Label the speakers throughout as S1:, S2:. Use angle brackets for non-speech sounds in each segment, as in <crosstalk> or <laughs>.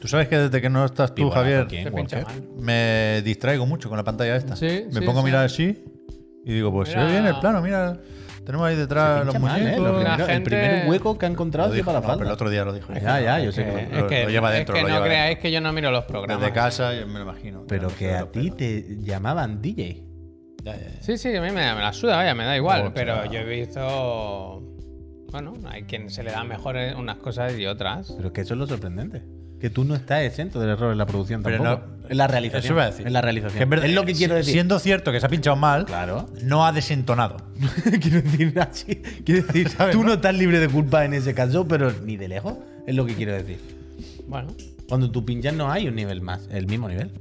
S1: Tú sabes que desde que no estás tú,
S2: Igual,
S1: Javier,
S2: ¿quién?
S3: Se pincha
S2: Walker.
S3: mal.
S1: me distraigo mucho con la pantalla esta.
S3: Sí,
S1: me
S3: sí,
S1: pongo a
S3: sí.
S1: mirar así y digo, pues se
S3: Mira.
S1: ve bien el plano, mira. Tenemos ahí detrás los
S2: Pincha mal, ¿eh?
S1: muñecos.
S2: Lo
S3: La
S2: primero- El
S3: gente-
S2: primer hueco que ha encontrado
S1: Lo
S2: lleva
S1: dijo,
S2: la
S1: no,
S2: falda.
S1: pero el otro día lo dijo.
S2: Ya, ya, yo sé que
S3: Eh,
S2: lo-
S3: es que,
S1: lo lleva
S3: es
S1: dentro,
S3: que
S1: lo
S3: no
S1: lleva
S3: creáis que yo no miro los programas.
S1: Desde casa, yo me lo imagino.
S2: Pero que a ti te llamaban DJ.
S1: Ya, ya, ya.
S3: Sí, sí, a mí me, me la suda, vaya, me da igual.
S1: Oh, Hostia.
S3: pero yo he visto. Bueno, hay quien se le da mejor unas cosas y otras.
S2: Pero es que eso es lo sorprendente. Que tú no estás exento del error en la producción
S1: Pero
S2: tampoco.
S1: no-
S2: en la realización.
S1: Eso iba a decir.
S2: En la realización.
S1: Que en verdad-
S2: es eh, lo que quiero decir.
S1: Siendo cierto que se ha pinchado mal,
S2: Claro. <laughs>
S1: no ha desentonado.
S2: quiero decir así. Quiero
S1: <laughs>
S2: decir,
S1: ¿Sabes,
S2: tú
S1: no?
S2: no estás libre de culpa en ese caso, pero ni de lejos. Es lo que quiero decir.
S3: Bueno,
S2: Cuando tú pinchas no hay un nivel más, el mismo nivel.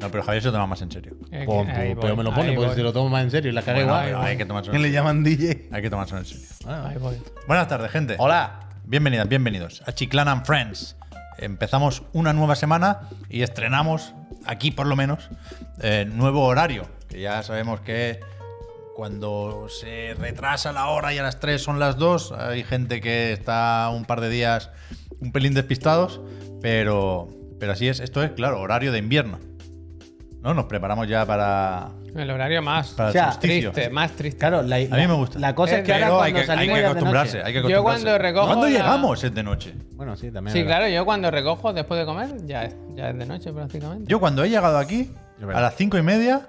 S1: No, pero Javier se lo toma más en serio.
S3: eh,
S2: Pon, pues,
S3: ahí voy,
S2: pero me lo pone,
S3: ahí
S2: porque
S3: voy,
S2: se lo tomo más en serio y la caga
S1: Bueno,
S2: igual.
S1: pero hay que tomárselo.
S2: ¿Qué <laughs> le llaman DJ?
S1: Hay que tomárselo en serio.
S3: ahí voy.
S1: Buenas tardes, gente.
S2: Hola.
S1: Bienvenidas, bienvenidos a Chiclan and Friends. Empezamos una nueva semana y estrenamos, aquí por lo menos, eh, nuevo horario. Que ya sabemos que cuando se retrasa la hora y a las 3 son las 2, hay gente que está un par de días un pelín despistados, pero, pero así es. Esto es, claro, horario de invierno. ¿No? Nos preparamos ya para,
S3: El horario más
S1: para
S2: O sea,
S1: el solsticio.
S3: triste, más triste.
S2: Claro, la, a
S1: mí me gusta.
S2: La cosa es que
S3: Pero
S2: ahora
S1: hay
S2: cuando
S1: que, hay
S2: salimos
S1: que
S2: ya es de
S1: acostumbrarse,
S2: noche.
S1: hay que
S3: Yo
S1: acostumbrarse.
S3: cuando recojo
S1: ¿Cuándo
S3: la-
S1: llegamos? Es de noche.
S2: Bueno, sí, también.
S3: Sí,
S2: es verdad.
S3: claro, yo cuando recojo después de comer ya es, ya es de noche prácticamente.
S1: Yo cuando he llegado aquí,
S2: Es verdad.
S1: a las cinco y media,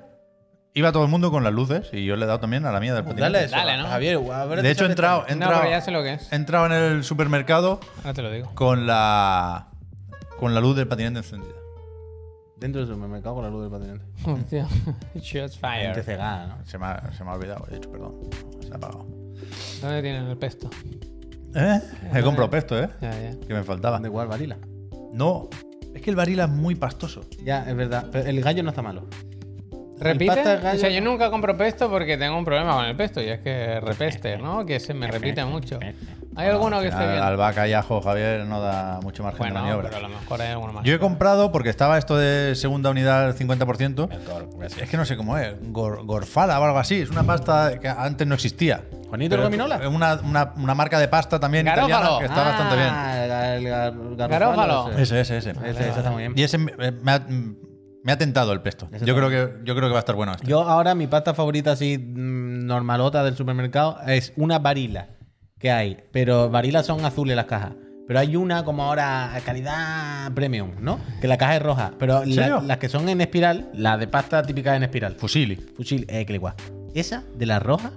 S1: iba todo el mundo con las luces y yo le he dado también a la mía del patinete.
S2: Dale, eso,
S3: Dale, ¿no?
S2: Javier, ábrete
S1: De hecho, he
S2: esa
S1: entrado, he
S3: No,
S1: entrado-
S3: pero ya sé lo que es.
S1: he entrado en el supermercado
S3: Ahora te
S1: <laughs>
S3: lo digo.
S1: con la con la luz del patinete encendida.
S2: ventana. Dentro del supermercado con la luz del patinete.
S3: Hostia. <laughs>
S2: Gente
S3: Shots fire.
S2: cegada, ¿no?
S1: Se me ha, se me ha olvidado, he dicho, perdón. Se ha apagado.
S3: ¿Dónde tienen el pesto?
S1: ¿Eh? He comprado pesto, ¿eh?
S3: Ya, ya.
S1: Que me faltaba.
S2: De igual, varila.
S1: No, es que el varila es muy pastoso.
S2: Ya, es verdad. Pero el gallo no está malo.
S3: ¿Repite?
S2: pasta gallo-
S3: O sea, yo nunca compro pesto porque tengo un problema con el pesto y es que repeste, ¿no? Que se me
S2: Eh,
S3: repite mucho. Hay alguno que esté
S1: Al-
S3: bien.
S1: Albahaca y ajo, Javier, no da mucho margen de
S3: Bueno,
S1: maniobra.
S3: pero a lo mejor hay alguno más.
S1: Yo he comprado, porque estaba esto de segunda unidad al 50%,
S3: Pues
S2: gracias.
S1: es que no sé cómo es, gor- gorfala o algo así, es una pasta que antes no existía.
S2: ¿Juanito
S1: Pero
S2: Gominola?
S1: Es una, una- una marca de pasta también
S3: Garófalo.
S1: italiana
S3: Ah.
S1: que está
S2: Ah,
S1: bastante bien.
S2: bien.
S3: Garófalo.
S1: Ese, ese, ese.
S2: Ese, ese está muy bien.
S1: Y ese me eh, me ha, me ha tentado el pesto.
S2: Ese
S1: Yo
S2: está
S1: creo, que, yo creo que va a estar bueno este.
S2: Yo ahora mi pasta favorita así mm, normalota del supermercado es una varila que hay, pero varilas son azules las cajas. Pero hay una como ahora calidad premium, ¿no? Que la caja es roja. Pero la-
S1: serio?
S2: las que son en espiral, las de pasta típica en espiral.
S1: Fusili.
S2: Fusil, eh, que le guá. Esa de la roja,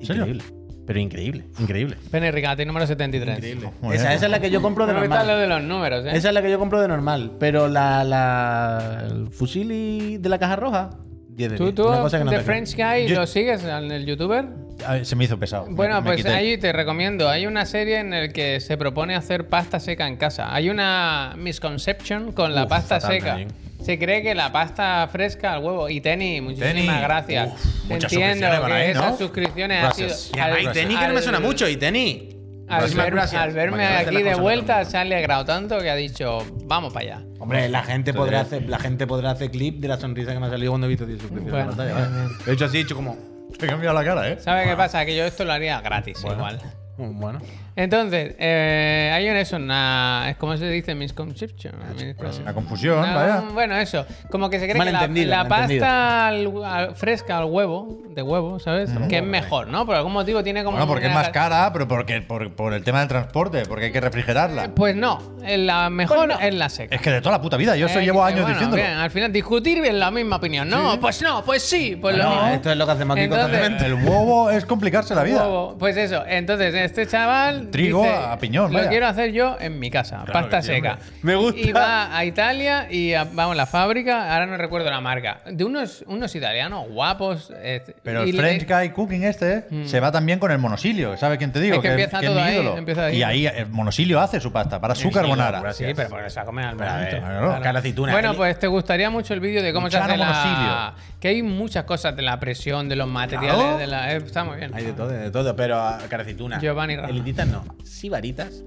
S1: serio?
S2: increíble. Pero increíble, increíble.
S3: Penny Rigati, número 73.
S1: Muy
S2: Esa,
S1: bien.
S2: esa es la que yo compro de
S3: Pero ¿qué tal lo
S2: normal.
S3: de los números, eh?
S2: Esa es la que yo compro de normal. Pero la, la el fusil y de la caja roja, 10 de
S3: Tú,
S2: 10.
S3: tú,
S2: Una cosa que no
S3: The
S2: te-
S3: French Guy,
S1: Yo-
S3: ¿lo sigues al el youtuber?
S1: A ver, Se me hizo pesado. Me-
S3: Bueno,
S1: me
S3: pues
S1: quité. <laughs>
S3: ahí te recomiendo. Hay una serie en la que se propone hacer pasta seca en casa. Hay una misconception con la
S2: Uf,
S3: pasta
S2: fatal
S3: seca.
S2: también.
S3: Se cree que la pasta fresca al huevo y Tenny, muchísimas
S1: Tenny,
S3: gracias.
S1: uf,
S3: Te
S1: muchas
S3: entiendo
S1: suscripciones van
S3: que
S1: ahí, ¿no?
S3: esas suscripciones han sido.
S1: Gracias.
S2: Y además,
S3: al-
S2: y Tenny, que no me suena
S3: al-
S2: mucho, y Tenny.
S3: Al,
S1: Muchísimas
S3: ver-
S1: gracias.
S3: al verme
S1: Imagínate
S3: aquí
S1: las
S3: de
S1: cosas
S3: vuelta
S1: que
S3: se ha alegrado tanto que ha dicho, vamos para allá.
S2: Hombre, la gente,
S1: Te
S2: podrá
S1: diré.
S2: hacer, la gente podrá hacer clip de la sonrisa que me ha salido cuando he visto 10 suscripciones
S3: Bueno,
S2: en la pantalla. ¿vale? He hecho así, he hecho como.
S1: Te he cambiado la cara, ¿eh?
S3: ¿Sabes qué pasa? Que yo esto lo haría gratis igual.
S2: mm, Bueno.
S3: Entonces, eh, hay un eso, una, es como se dice misconception. miscon-
S1: Ah, Una confusión,
S3: una-
S1: vaya.
S3: Bueno, eso. Como que se cree que la,
S2: Malentendido,
S3: la
S2: malentendido.
S3: pasta al- al- fresca al huevo, de huevo, ¿sabes? Que es mejor, ¿no? Por algún motivo tiene como.
S1: Mm. Bueno, porque es
S3: una-
S1: más cara, pero porque, por, por el tema del transporte, porque hay que refrigerarla.
S3: Pues no, en la mejor es la seca.
S1: Es que de toda la puta vida, yo eso
S3: Eh,
S1: llevo
S3: que
S1: años
S3: bueno,
S1: diciéndolo.
S3: bien, al final discutir es la misma opinión. No, pues no, pues sí, pues lo
S2: No,
S3: mismo.
S2: esto es lo que hacemos aquí
S3: Entonces,
S2: constantemente.
S1: El huevo es complicarse la vida.
S3: Huevo. Pues eso, entonces este chaval.
S1: Trigo a piñón,
S3: Lo
S1: vaya".
S3: quiero hacer yo en mi casa,
S1: Claro
S3: pasta
S1: que sí,
S3: seca.
S1: hombre. Me gusta.
S3: Y va a Italia y a- vamos, la fábrica, ahora no recuerdo la marca, de unos, unos italianos guapos. eh,
S1: Pero
S3: y
S1: el
S3: le- Mm.
S1: French Guy Cooking este se va también con el monosilio, ¿sabes quién te digo?
S3: Es que empieza todo ahí, empieza ahí.
S1: Y ahí el monosilio hace su pasta para su carbonara.
S3: Sí, pero por eso a comer al momento.
S1: claro.
S2: Cara aceituna.
S3: Bueno,
S2: Eli-
S3: pues te gustaría mucho el vídeo de cómo se
S1: Luciano
S3: hace la... Que hay muchas cosas de la presión, de los materiales,
S1: Claro.
S3: de la... eh, está muy bien.
S2: Hay de todo, de todo, pero ah, cara aceituna.
S3: Giovanni Rama.
S2: Elititas no. Sibaritas.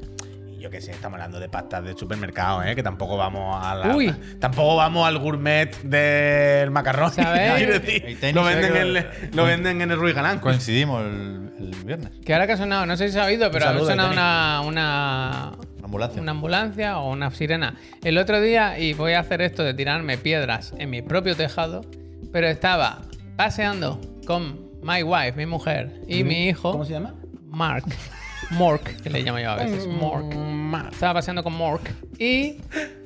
S2: Y Yo qué sé, estamos hablando de pastas de supermercado, ¿eh? Que tampoco vamos a la.
S3: Uy.
S2: Tampoco vamos al gourmet del macarrón.
S3: ¿Sabéis?
S2: <laughs> Quiero
S1: El
S2: decir,
S1: tenis
S2: Lo
S1: se ve
S2: venden,
S1: que-
S2: en el- lo venden en el Ruiz Galán.
S1: Coincidimos el, el viernes.
S3: Que ahora que ha sonado, no sé si se ha oído, pero ha
S2: saludo,
S3: sonado
S2: Tony.
S3: una, una,
S1: Ambulancia.
S3: una ambulancia o una sirena. El otro día, y voy a hacer esto de tirarme piedras en mi propio tejado, pero estaba paseando con my wife, mi mujer, y mi hijo.
S2: ¿Cómo se llama? Mm,
S3: Mark. Mork, que le llamo yo a veces. Mork. Estaba paseando con Mork. Y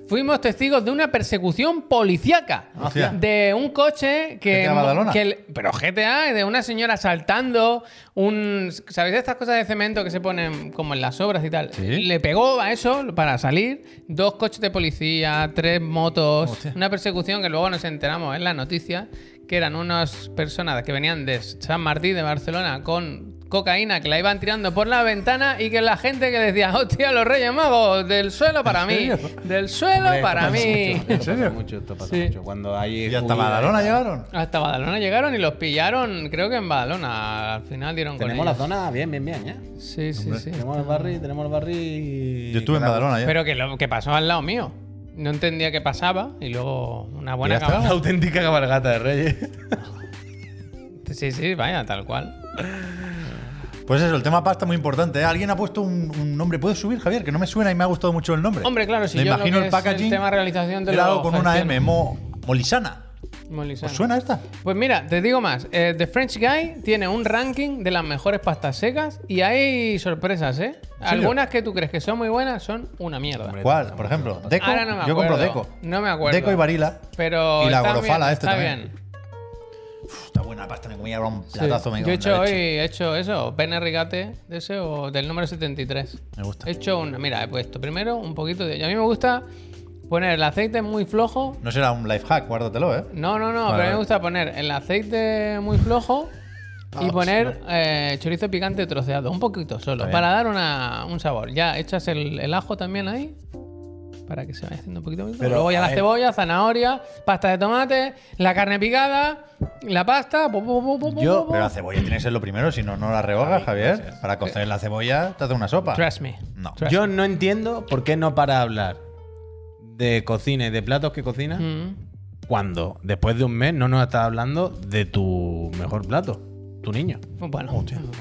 S3: fuimos testigos de una persecución policíaca.
S1: Hostia.
S3: De un coche que.
S1: GTA Badalona.
S3: que el- pero GTA, de una señora saltando. Un, ¿Sabéis de estas cosas de cemento que se ponen como en las obras y tal?
S1: Sí.
S3: Le pegó a eso para salir. Dos coches de policía, tres motos.
S1: Hostia.
S3: Una persecución que luego nos enteramos en la noticia, que eran unas personas que venían de San Martín de Barcelona con cocaína que la iban tirando por la ventana y que la gente que decía, hostia, los Reyes Magos, del suelo para mí,
S1: serio?
S3: del suelo
S2: Hombre,
S3: para
S2: esto pasa
S3: mí.
S2: mucho, esto pasa
S1: serio?
S2: Mucho, esto pasa
S3: Sí.
S2: mucho. Cuando
S1: ¿Y
S2: hay
S1: hasta
S2: huida-
S1: Badalona llegaron?
S3: Hasta Badalona llegaron y los pillaron, creo que en Badalona. Al final dieron con
S2: Tenemos la
S3: ellos.
S2: zona bien, bien, bien, ¿eh?
S3: Sí, sí,
S1: Hombre.
S3: sí.
S2: Tenemos el barrio, tenemos el barrio y...
S1: Yo estuve en Badalona ayer.
S3: Pero que lo que pasó al lado mío. No entendía qué pasaba y luego una
S1: ¿Y
S3: buena
S1: ya está?
S3: cabalgata.
S2: auténtica cabalgata de Reyes.
S3: Sí, sí, vaya, tal cual.
S1: Pues eso, el tema pasta muy importante. ¿eh? Alguien ha puesto un, un nombre. ¿Puedes subir, Javier? Que no me suena y me ha gustado mucho el nombre.
S3: Hombre, claro, si
S1: Me
S3: yo lo
S1: imagino el
S3: que es el
S1: packaging.
S3: tema realización te
S1: era
S3: lo
S1: algo con una
S3: gestiono.
S1: M, mo- Molisana.
S3: Molisano.
S1: ¿Os suena esta?
S3: Pues mira, te digo más. eh, The French Guy tiene un ranking de las mejores pastas secas y hay sorpresas, ¿eh?
S1: serio?
S3: Algunas que tú crees que son muy buenas son una mierda.
S1: ¿Cuál? Por ejemplo, Deco.
S3: Ahora no me
S1: Yo compro
S3: acuerdo.
S1: Deco.
S3: No me acuerdo.
S1: Deco y Varila.
S3: Pero
S1: Y la
S3: está
S1: gorofala
S3: bien,
S1: este
S3: está
S1: también.
S3: bien.
S1: Está buena pasta, me comía ahora un
S3: Sí.
S1: platazo. me
S3: Yo he
S1: cago en
S3: hecho
S1: la
S3: hoy
S1: leche.
S3: he hecho eso, pene rigate de ese o del número 73.
S1: Me gusta.
S3: He hecho una, mira, he puesto primero un poquito de. y A mí me gusta poner el aceite muy flojo
S1: No será un life hack, guárdatelo, ¿eh?
S3: No, no, no,
S1: Vale,
S3: pero a mí
S1: vale.
S3: me gusta poner el aceite muy flojo y poner eh, chorizo picante troceado, un poquito
S1: Está
S3: solo,
S1: bien.
S3: para dar una- un sabor. Ya echas el, el ajo también ahí para que se vaya haciendo un poquito. poquito.
S2: Pero,
S3: Luego ya
S2: a
S3: la
S2: ver.
S3: cebolla, zanahoria, pasta de tomate, la carne picada, la pasta. pu, pu, pu, pu, pu,
S2: Yo-
S3: pu, pu.
S1: Pero la cebolla tiene que ser lo primero, si no, no la rehogas, Javier. Para cocer la cebolla te hace una sopa.
S3: Trust me.
S1: No.
S3: Trust
S2: Yo no entiendo por qué no para hablar de cocina y de platos que cocinas
S3: me. Mm.
S2: cuando después de un mes no nos estás hablando de tu mejor plato, tu niño,
S3: Bueno,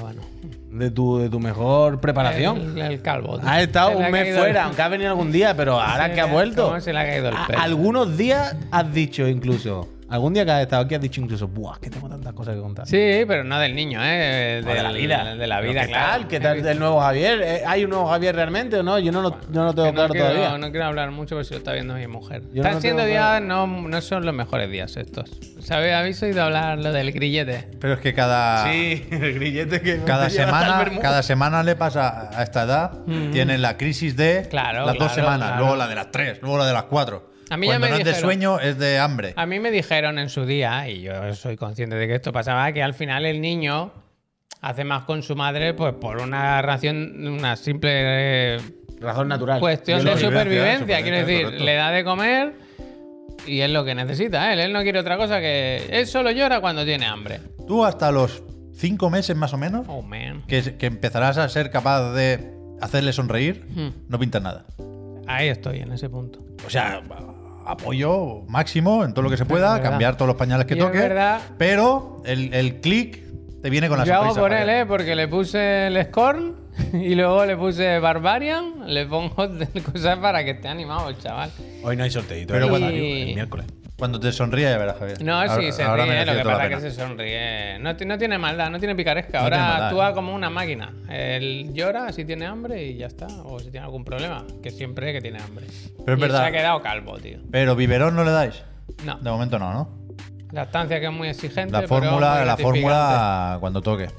S3: bueno.
S2: de tu, de tu mejor preparación.
S3: El, el calvo. tío.
S2: Ha
S3: Se
S2: estado
S3: le
S2: un mes
S3: caído el-
S2: fuera, aunque ha venido algún día, pero ahora
S3: se
S2: que ha
S3: le-
S2: vuelto, Ah,
S3: cómo se le ha caído el
S2: a-
S3: pelo.
S2: algunos días has dicho incluso, algún día que has estado aquí has dicho incluso, ¡buah, que tengo tantas cosas que contar!
S3: Sí, pero no del niño, ¿eh?
S2: O de la
S3: Del-
S2: vida.
S3: De la
S2: Pero
S3: vida,
S2: ¿Qué
S3: claro.
S2: tal? ¿Qué tal del nuevo Javier? ¿Eh, ¿Hay un nuevo Javier realmente o no? Yo no lo, yo no lo tengo
S3: Que no
S2: claro
S3: quiero,
S2: todavía.
S3: No quiero hablar mucho porque si lo está viendo mi mujer.
S2: Yo
S3: Están
S2: no
S3: siendo
S2: tengo
S3: días,
S2: claro.
S3: no, no son los mejores días estos. ¿Sabes? Habéis oído hablar lo del grillete.
S1: Pero es que cada,
S2: <laughs> el grillete que
S1: Ah.
S2: <laughs>
S3: <laughs>
S1: cada, semana, cada semana le pasa a esta edad. Tiene la crisis de
S3: Mm-hmm. Claro,
S1: las
S3: claro,
S1: dos semanas,
S3: claro.
S1: luego la de las tres, luego la de las cuatro.
S3: A mí ya
S1: Cuando
S3: me
S1: no es de
S3: dijeron-
S1: sueño, es de hambre.
S3: A mí me dijeron en su día, y yo soy consciente de que esto pasaba, que al final el niño hace más con su madre, pues por una ración, una simple eh,
S2: Razón natural.
S3: cuestión de
S1: Biológica,
S3: supervivencia.
S1: supervivencia,
S3: Quiero decir,
S1: correcto.
S3: le da de comer y es lo que necesita él. Él no quiere otra cosa que. Él solo llora cuando tiene hambre.
S1: Tú hasta los cinco meses más o menos,
S3: Oh, man.
S1: que, que empezarás a ser capaz de hacerle sonreír,
S3: Hmm.
S1: no pintas nada.
S3: Ahí estoy, en ese punto.
S1: O sea, apoyo máximo en todo lo que se
S3: <laughs> Es
S1: pueda,
S3: verdad.
S1: cambiar todos los pañales que
S3: Y es
S1: toque.
S3: verdad.
S1: Pero el, el click te viene con la
S3: Yo hago
S1: sorpresa,
S3: por
S1: Javier.
S3: él, ¿eh? Porque le puse el Scorn <laughs> y luego le puse Barbarian. Le pongo <laughs> cosas para que esté animado el chaval.
S2: Hoy no hay sorteito.
S1: Pero
S2: el
S1: bueno.
S2: horario, el miércoles.
S1: Cuando te sonríe, ya verás, Javier.
S3: ¿eh? No,
S1: Ahora-
S3: sí, se
S1: ahora
S3: ríe.
S1: merece
S3: Lo que
S1: toda la
S3: pasa es que
S1: pena.
S3: se sonríe. No, ti- no tiene maldad, no tiene picaresca.
S1: No
S3: Ahora
S1: tiene maldad,
S3: actúa
S1: ¿eh?
S3: como una máquina. Él llora si tiene hambre y ya está. O si tiene algún problema, que siempre que tiene hambre.
S1: Pero es
S3: Y
S1: verdad.
S3: Se ha quedado calvo, tío.
S1: Pero biberón no le dais.
S3: No.
S1: De momento no, ¿no?
S3: La estancia que es muy exigente.
S1: La
S3: pero
S1: fórmula,
S3: muy
S1: la
S3: gratificante.
S1: fórmula cuando toque.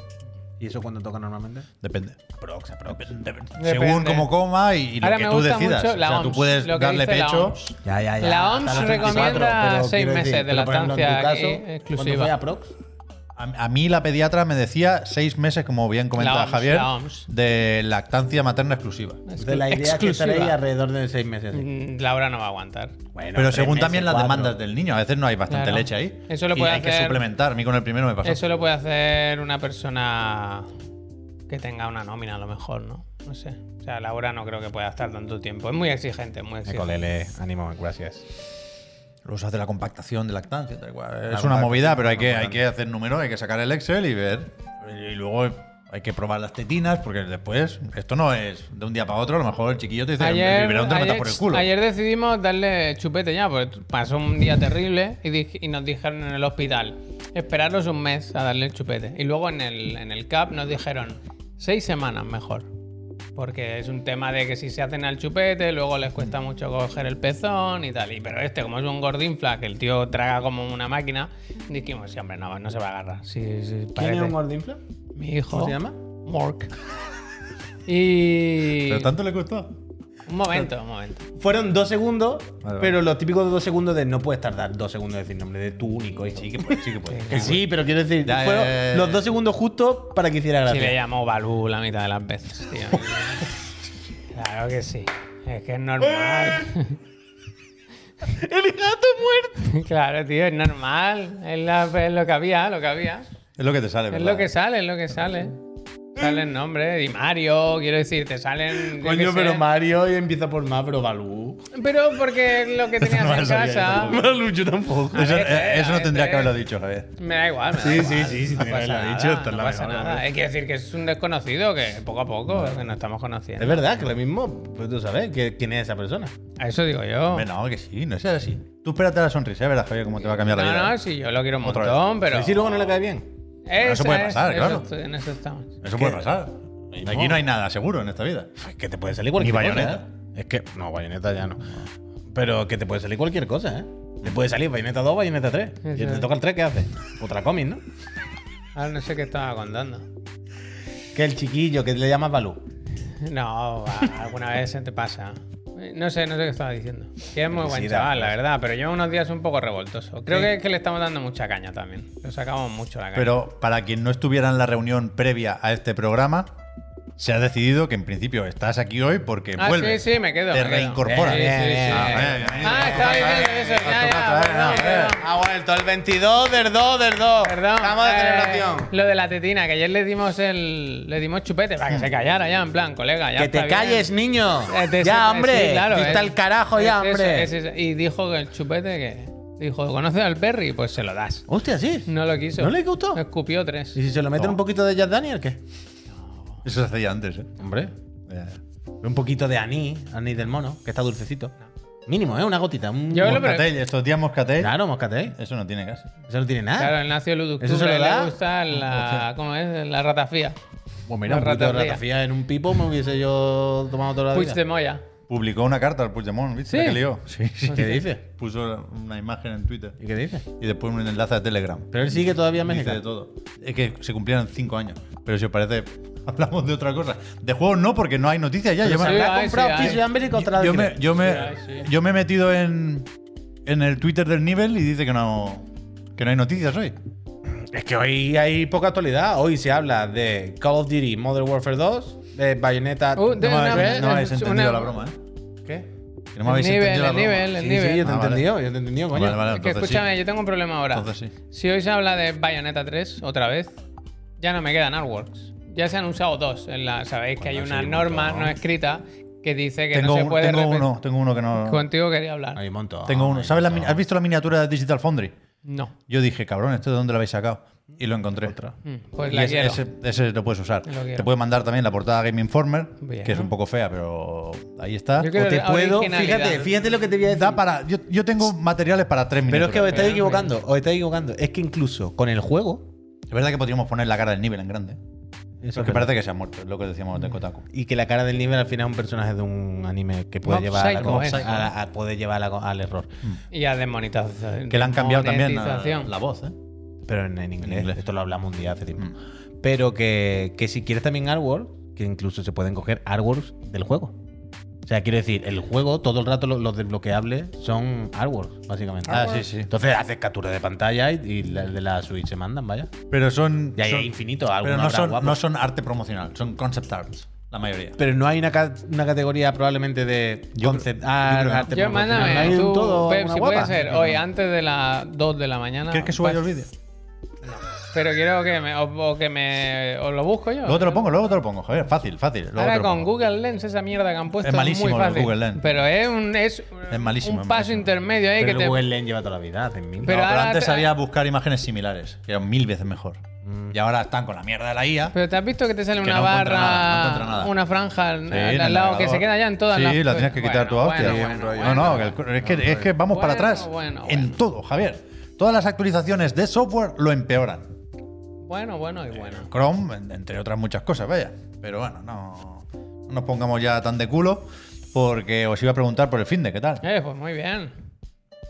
S2: ¿Y eso cuándo toca normalmente?
S1: Depende. Según
S3: Depende.
S1: como coma y, y lo
S3: Ahora
S1: que
S3: me
S1: tú
S3: gusta
S1: decidas.
S3: mucho la
S1: o sea, tú
S3: OMS,
S1: puedes
S3: lo que
S1: darle
S3: dice la
S1: pecho.
S3: OMS.
S2: Ya, ya,
S3: La OMS recomienda seis meses de lactancia aquí exclusiva.
S2: Fue a Prox?
S1: A, a mí la pediatra me decía seis meses, como bien comentaba
S3: La OMS,
S1: Javier,
S3: la OMS.
S1: de lactancia materna exclusiva.
S2: Entonces la idea es que estaréis
S3: Exclusiva.
S2: alrededor de seis meses.
S3: Mm, Laura no va a aguantar.
S2: Bueno,
S1: Pero
S2: tres
S1: según
S2: meses,
S1: también las
S2: cuatro.
S1: demandas del niño, a veces no hay bastante
S3: Claro.
S1: leche ahí.
S3: Eso lo
S1: y
S3: puede
S1: hay que
S3: hacer-
S1: suplementar. A mí con el primero me pasó.
S3: Eso lo puede hacer una persona que tenga una nómina, a lo mejor, ¿no? No sé. O sea, Laura no creo que pueda estar tanto tiempo. Es muy exigente, muy exigente.
S2: Ecolele, ánimo, gracias.
S1: Los hace la compactación de lactancia, tal cual. Es
S2: compactación,
S1: una movida, pero hay que, hay
S2: compactación.
S1: que hacer números, hay que sacar el Excel y ver. Y luego Hay que probar las tetinas, porque después, esto no es de un día para otro, a lo mejor el chiquillo te dice, el
S3: Ayer,
S1: biberón te lo metas
S3: ayer-
S1: por el culo.
S3: ayer decidimos darle chupete ya, porque pasó un día terrible y, dij- y nos dijeron en el hospital, esperaros un mes a darle el chupete. Y luego en el, en el CAP nos dijeron, seis semanas mejor. Porque es un tema de que si se hacen al chupete, luego les cuesta mucho coger el pezón y tal. Y, pero este, como es un gordinfla, que el tío traga como una máquina, dijimos, sí, hombre, no, no se va a agarrar. Sí, sí,
S2: ¿Quién es
S3: parece".
S2: un gordinfla?
S3: Mi hijo.
S2: ¿Cómo se llama?
S1: <laughs>
S3: Mork. Y...
S1: Pero tanto le costó.
S3: Un momento, un momento.
S2: Fueron dos segundos,
S1: vale.
S2: pero los típicos dos segundos de no puedes tardar dos segundos en decir nombre de tu único hijo.
S1: Sí que puede, sí que puede.
S2: Que sí, pero quiero decir,
S1: Ya, ya,
S2: fueron
S1: ya, ya, ya.
S2: los dos segundos justos para que hiciera
S3: Si le
S2: gracia.
S3: llamo Balú la mitad de las veces, tío.
S2: <laughs>
S3: claro que sí. Es que es normal.
S2: ¡El gato muerto!
S3: <laughs> claro, tío, es normal. Es, la- es lo que había, lo que había.
S1: Es lo que te sale,
S3: Es
S1: ¿verdad?
S3: lo que sale, es lo que sale. Salen nombres. Y Mario, quiero decir, te salen. yo
S2: Coño,
S3: qué
S2: pero
S3: sé.
S2: Mario y empieza por más, pero Balú.
S3: Pero porque
S2: <laughs>
S3: es lo que
S1: <laughs>
S3: tenías
S1: No me
S3: en
S1: sabía
S3: casa.
S1: yo
S2: Balú, yo tampoco.
S1: Eso,
S3: A veces,
S1: eh, eso
S3: a
S1: no tendría
S3: veces.
S1: que haberlo dicho, Javier.
S3: Me da igual, me da
S2: Sí,
S3: igual.
S2: sí, sí, sí,
S3: no
S2: tenía que haberlo
S3: pasa nada,
S2: dicho, está en
S3: no
S2: la
S3: pasa
S2: mejor,
S3: nada. Hay que decir que es un desconocido que poco a poco que nos estamos conociendo.
S2: Es verdad que lo mismo, pues tú sabes que- quién es esa persona.
S3: A eso digo yo.
S1: Hombre, no, que sí, no es así. Tú espérate a la sonrisa, verás, Javier, cómo te va a cambiar la
S3: No,
S1: vida.
S3: no, sí, yo lo quiero un
S1: Otra
S3: montón, pero.
S2: Y si luego no le cae bien.
S3: Eso,
S1: Eso puede
S3: es,
S1: pasar,
S3: eso
S1: claro.
S3: estoy- En eso estamos.
S1: Eso puede pasar. Aquí no hay nada seguro en esta vida.
S2: Pues que te puede salir cualquier
S1: Ni
S2: cosa,
S1: bayoneta.
S2: ¿eh? Es que, no, bayoneta ya no. Pero que te puede salir cualquier cosa, ¿eh? Te puede salir bayoneta 2, bayoneta 3. Y
S3: Eso
S2: te
S3: es.
S2: toca el 3, ¿qué haces? Otra cómic, ¿no?
S3: Ahora no sé qué estaba contando. <laughs>
S2: Que el chiquillo que le llamas Balú.
S3: No, va, alguna vez se te pasa. Eh, No sé, no sé qué estaba diciendo. Que es muy buen
S2: Sí, da,
S3: chaval, la
S2: da.
S3: verdad, pero lleva unos días un poco revoltoso. Creo que, que le estamos dando mucha caña también. Lo sacamos mucho la caña.
S1: Pero para quien no estuviera en la reunión previa a este programa, se ha decidido que en principio estás aquí hoy porque
S3: Ah,
S1: vuelves.
S3: sí, sí, me quedo.
S1: Te
S3: me quedo.
S1: reincorporas.
S3: Sí, sí,
S2: Bien,
S3: sí,
S2: bien,
S3: sí.
S1: Ah, bien, bien,
S3: Ah,
S1: bien.
S3: estaba diciendo eso. Ya, ya, perdón, perdón.
S1: Ah,
S2: Ha vuelto el 22 del 2 del 2.
S3: Perdón.
S2: Estamos de
S3: eh,
S2: celebración.
S3: lo de la tetina, que ayer le dimos el. Le dimos chupete para que se callara ya, en plan, colega. Ya
S2: que te
S3: está bien.
S2: calles, niño.
S3: Eh, te-
S2: ya,
S3: sí,
S2: hombre.
S3: sí, claro,
S2: Dista
S3: es-
S2: el carajo ya,
S3: es eso,
S2: hombre.
S3: es eso. Y dijo que el chupete que. Dijo, ¿conoces al Perry? Pues se lo das.
S2: Hostia, sí.
S3: No lo quiso.
S2: ¿No le gustó?
S3: Escupió tres.
S2: ¿Y si se lo meten
S1: Toma.
S2: un poquito de Jack Daniel, qué?
S1: Eso se hacía antes, ¿eh?
S2: Hombre.
S1: Ya, ya.
S2: Un poquito de anís, anís del mono, que está dulcecito. Mínimo, ¿eh? Una gotita. un-
S3: Yo lo-
S1: Moscatel, estos días Moscatel,
S2: Claro, moscate. ¿eh?
S1: eso no tiene casi.
S2: Eso no tiene nada.
S3: Claro, el nacio de octubre
S2: ¿Eso se lo da? Ah,
S3: le gusta la. ¿Cómo es? La ratafía.
S2: Pues mira, un
S3: Una
S2: poquito de
S3: ratafía.
S2: ratafía en un pipo me hubiese yo tomado toda la
S3: Puig de
S2: vida.
S3: Moya.
S1: Publicó una carta al Puigdemont, ¿viste?
S3: <laughs> Sí.
S1: Que lió. Sí, sí.
S2: ¿Qué dices?
S1: Puso una imagen en Twitter
S2: ¿Y qué dices?
S1: y después un enlace de Telegram.
S2: Pero él sigue todavía en
S1: Dice de
S2: México.
S1: todo. Es que se cumplieron cinco años. Pero si os parece, <laughs> hablamos de otra cosa. De juegos no, porque no hay noticias ya. Yo
S2: Se
S1: me,
S3: sí,
S2: habrá
S3: ay,
S2: comprado
S3: sí, ay.
S2: piso en América otra
S1: yo
S2: vez.
S1: me, yo me,
S3: Sí, ay, sí.
S1: yo me he metido en, en el Twitter del nivel y dice que no, que no hay noticias hoy.
S2: Es que hoy hay poca actualidad. Hoy se habla de Call of Duty Modern Warfare 2, de Bayonetta.
S3: Uh, de-
S1: No me
S3: una-
S1: habéis, no me habéis
S3: una-
S1: entendido la broma, ¿eh?
S2: ¿Qué?
S1: Que no me habéis
S3: el nivel,
S1: entendido la
S3: el
S1: broma.
S3: nivel, el
S2: Sí, sí,
S3: nivel.
S2: yo te he
S1: Ah, vale.
S2: entendido, yo te he entendido, coño.
S1: Vale, vale,
S3: Es que
S1: entonces
S3: escúchame,
S1: sí.
S3: yo tengo un problema ahora.
S1: Entonces sí.
S3: Si hoy se habla de Bayonetta 3 otra vez, ya no me quedan artworks. Ya se han usado dos. En la, Sabéis que hay una norma no escrita que dice que
S1: Tengo,
S3: no se
S1: un-
S3: puede
S1: tengo
S3: repetir.
S1: uno, tengo uno que no.
S3: Contigo quería hablar.
S2: Hay un montón.
S1: Tengo uno.
S2: hay
S1: ¿Sabes la,
S2: montón.
S1: mini- ¿Has visto la miniatura de Digital Foundry?
S3: No.
S1: Yo dije, cabrón, ¿esto de dónde lo habéis sacado? Y lo encontré.
S3: Mm, Pues
S1: Y
S3: la
S1: ese,
S3: quiero.
S1: ese, ese lo puedes usar.
S3: Lo quiero.
S1: te puede mandar también la portada Game Informer,
S3: Bien.
S1: que es un poco fea, pero ahí está. Eh,
S3: Yo
S2: O
S3: quiero
S2: te puedo.
S3: originalidad.
S2: Fíjate, fíjate lo que te voy a decir.
S1: Da para, yo, yo tengo materiales para tres
S2: Pero
S1: minutos.
S2: es que os estáis
S3: Pero,
S2: equivocando, os estáis equivocando. Es que incluso con el juego.
S1: es verdad que podríamos poner la cara del nivel en grande.
S2: Eso
S1: Porque parece que se ha muerto, es lo que decíamos
S3: Mm.
S1: de Kotaku.
S2: Y que la cara del nivel al final es un personaje de un anime que puede
S3: Mob
S2: llevar, a la,
S3: Psycho,
S2: co-
S3: eh.
S2: a la- a- puede llevar a la co- al error.
S3: Y a desmonetización.
S1: Que le han cambiado también la,
S3: Monetización.
S1: la voz, ¿eh?
S2: Pero en, en inglés. Mm.
S1: inglés.
S2: Esto lo hablamos un día hace tiempo. Pero que, que si quieres también artwork, que incluso se pueden coger artworks del juego. O sea, quiero decir, el juego todo el rato lo- los desbloqueables son artworks, básicamente.
S1: Ah, sí, sí.
S2: Entonces haces captura de pantalla y, y la- de la Switch se mandan, vaya.
S1: Pero son.
S2: Y ahí
S1: son-
S2: hay infinito,
S1: pero
S2: algunos
S1: no
S2: habrá
S1: son,
S2: guapos.
S1: no son arte promocional, son concept arts, la mayoría.
S3: Ah,
S2: Pero no hay una, ca- una categoría probablemente de concept art,
S1: creo que no.
S2: arte
S3: Yo,
S2: promocional.
S3: mándame,
S2: No hay un
S3: tú,
S2: todo,
S3: Pep,
S2: una
S3: si
S2: guapa.
S3: puede ser, hoy antes de las 2 de la mañana.
S1: ¿Quieres que suba
S3: pas-
S1: yo el vídeo?
S3: Pero quiero que me. O, o que me. O lo busco yo.
S1: Luego te lo pongo, luego te lo pongo, joder, fácil, fácil. luego te
S3: Ahora
S1: lo
S3: con
S1: pongo.
S3: Google Lens, esa mierda que han puesto.
S1: Es malísimo
S3: muy
S1: lo de
S3: fácil,
S1: Google Lens.
S3: Pero es un, es
S1: Es malísimo,
S3: un
S1: es
S3: paso
S1: malísimo.
S3: intermedio ahí
S2: Pero
S3: que
S2: el
S3: te.
S2: Google Lens lleva toda la vida, hace mil.
S1: No,
S3: Pero
S1: pero
S3: ahora
S1: antes
S3: te-
S1: sabía buscar imágenes similares, que eran mil veces mejor. Y ahora están con la mierda de la IA.
S3: Pero te has visto que te
S1: Que
S3: sale una
S1: no encuentra
S3: barra,
S1: nada, no encuentra nada.
S3: una franja al,
S1: Sí,
S3: al
S1: en el
S3: lado que
S1: navegador.
S3: se queda ya en todas
S1: sí,
S3: las.
S1: la tienes que quitar tu
S3: Bueno,
S1: hostia.
S3: bueno,
S1: no,
S3: bueno,
S1: no,
S3: bueno.
S1: que el- es, que, es que vamos para
S3: Bueno,
S1: atrás
S3: bueno,
S1: en
S3: bueno.
S1: todo, Javier. Todas las actualizaciones de software lo empeoran.
S3: Bueno, bueno y bueno.
S1: Chrome, en- entre otras muchas cosas, vaya. Pero bueno, no, no nos pongamos ya tan de culo porque os iba a preguntar por el fin de qué tal.
S3: Eh, pues muy bien.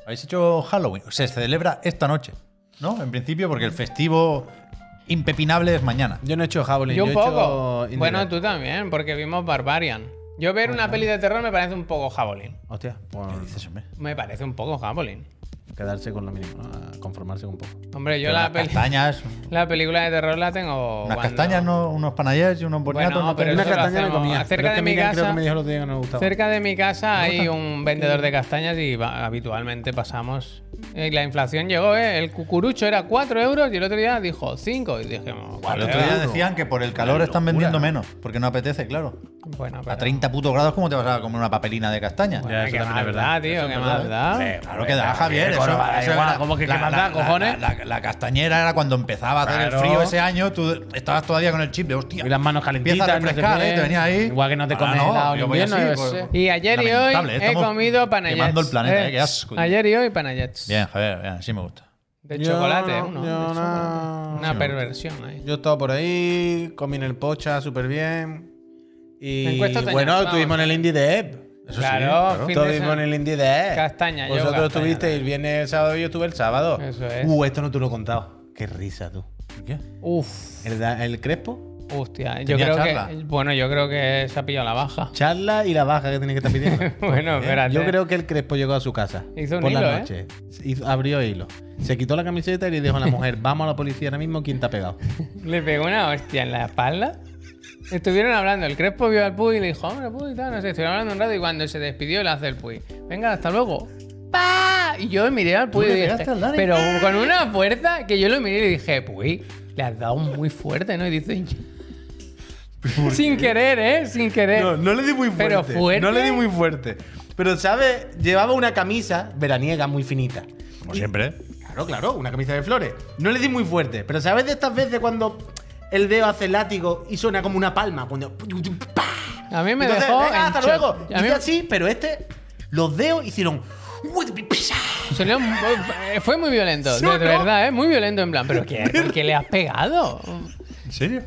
S1: ¿Habéis hecho Halloween? Se celebra esta noche, ¿no? En principio porque el festivo impepinable es mañana.
S2: Yo no he hecho javelin.
S3: Yo
S2: he
S3: un
S2: hecho
S3: poco.
S2: indirecto.
S3: Bueno, tú también, porque vimos Barbarian. Yo ver una peli de terror me parece un poco jabolín.
S2: Hostia, pues,
S1: ¿Qué dices, hombre?
S3: Me parece un poco jabolín.
S2: quedarse con lo mínimo, ¿no? conformarse un poco.
S3: Hombre, yo
S1: Pero
S3: la,
S1: unas
S3: peli-
S1: castañas,
S3: <laughs> la película de terror la tengo.
S1: unas
S3: cuando-
S1: castañas, no- unos panayés y unos
S3: Bueno,
S1: boniatos. no te-
S3: pero
S2: una
S3: eso lo
S2: castaña me
S3: hacemos.
S2: comía.
S3: Acerca
S2: pero es
S3: de
S2: que
S3: mi
S2: Miriam creo
S3: casa-
S2: que me dijo el otro día que no le gustaba.
S3: Cerca de mi casa hay un vendedor de castañas y va- habitualmente pasamos. Eh, la inflación llegó, ¿eh? El cucurucho era 4 euros y el otro día dijo 5. Y dijimos,
S1: El
S3: "Vale,
S1: otro día
S2: Claro.
S1: decían que por el calor están vendiendo menos, porque no apetece, claro.
S3: Bueno, pero-
S1: A 30 putos grados, ¿cómo te vas a comer una papelina de castaña?
S3: Bueno,
S2: eso
S3: qué
S2: también es
S3: maldad,
S2: verdad.
S3: tío, qué maldad.
S1: Hombre, claro que da, Javier. Eso,
S2: Bueno,
S1: eso
S2: da
S1: era-
S2: igual, ¿cómo que
S1: la-
S2: qué más
S1: la-
S2: da,
S1: la-
S2: cojones?
S1: La, la castañera era cuando empezaba a hacer
S2: Claro.
S1: el frío ese año, tú estabas todavía con el chip de hostia.
S2: Y las manos
S1: empieza a
S2: calentitas, no sé
S1: refrescar,
S2: qué.
S1: ¿eh? Te venía ahí.
S2: Igual que no te
S1: Ahora
S2: comes helado en
S1: yo voy
S2: invierno, eh.
S1: así,
S2: yo
S1: pues,
S2: sé.
S3: Y ayer y hoy
S1: Lamentable,
S3: he
S1: estamos
S3: comido panayets.
S1: Quemando el planeta,
S3: eh.
S1: ¿eh? Qué asco. tío.
S3: Ayer y hoy panayets.
S1: Bien, Javier, bien, sí me gusta.
S3: De
S2: Yo
S3: chocolate,
S2: no,
S3: uno.
S2: yo
S3: de
S2: no.
S3: chocolate. Una perversión ahí.
S2: Yo estaba por ahí, comí en el pocha súper bien. Y
S3: Encuesta Toña,
S2: bueno,
S3: vamos.
S2: estuvimos en el Indie de Ebb.
S1: Eso
S3: Claro, fin de
S2: Estuvimos en
S3: semana.
S2: el Indie de Ebb.
S3: Castaña, yo
S2: Vosotros
S3: castaña,
S2: estuvisteis el viernes, el sábado y yo estuve el sábado.
S3: Eso es.
S2: Uh, esto no tú lo he contado. Qué risa tú.
S1: ¿Por qué?
S3: Uf,
S2: El, da- el Crespo,
S3: hostia. Yo
S1: Tenía
S3: creo
S1: charla.
S3: que. Bueno, yo creo que se ha pillado la baja. <laughs>
S2: charla y la baja que tiene que estar pidiendo.
S3: Bueno,
S2: Eh,
S3: espérate.
S2: Yo creo que el Crespo llegó a su casa
S3: Hizo un
S2: por
S3: hilo,
S2: la
S3: ¿eh?
S2: noche. Hizo- abrió hilo. Se quitó la camiseta y le dijo a la mujer, vamos a la policía ahora mismo, ¿quién te ha pegado?
S3: Le pegó una hostia en la espalda. Estuvieron hablando, el Crespo vio al Puy y le dijo, hombre, Puy, tal, no sé, estuvieron hablando un rato y cuando se despidió le hace el Puy. Venga, hasta luego. ¡Pa! Y yo miré al Puy y
S1: le
S3: dije,
S1: pegaste al Dani?
S3: pero con una fuerza que yo lo miré y dije, Puy, le has dado muy fuerte, ¿no? Y dice, sin querer, ¿eh? Sin querer.
S2: No, no le di muy fuerte.
S3: Pero fuerte.
S2: No le di muy fuerte. Pero, ¿sabes? Llevaba una camisa veraniega muy finita.
S1: Como siempre. ¿eh?
S2: Claro, claro, una camisa de flores. No le di muy fuerte. Pero, ¿sabes de estas veces cuando el dedo hace el látigo y suena como una palma? Cuando. ¡Pah!
S3: A mí me
S2: Entonces,
S3: dejó
S2: venga,
S3: en
S2: hasta
S3: shock.
S2: luego.
S3: A mí
S2: Hice así, pero este, los dedos hicieron.
S3: sonó un- eh, fue muy violento,
S2: <laughs> ¿Sí o
S3: de
S2: no?
S3: verdad, ¿eh? Muy violento en plan, ¿pero qué? ¿Por qué le has pegado?
S1: ¿En serio?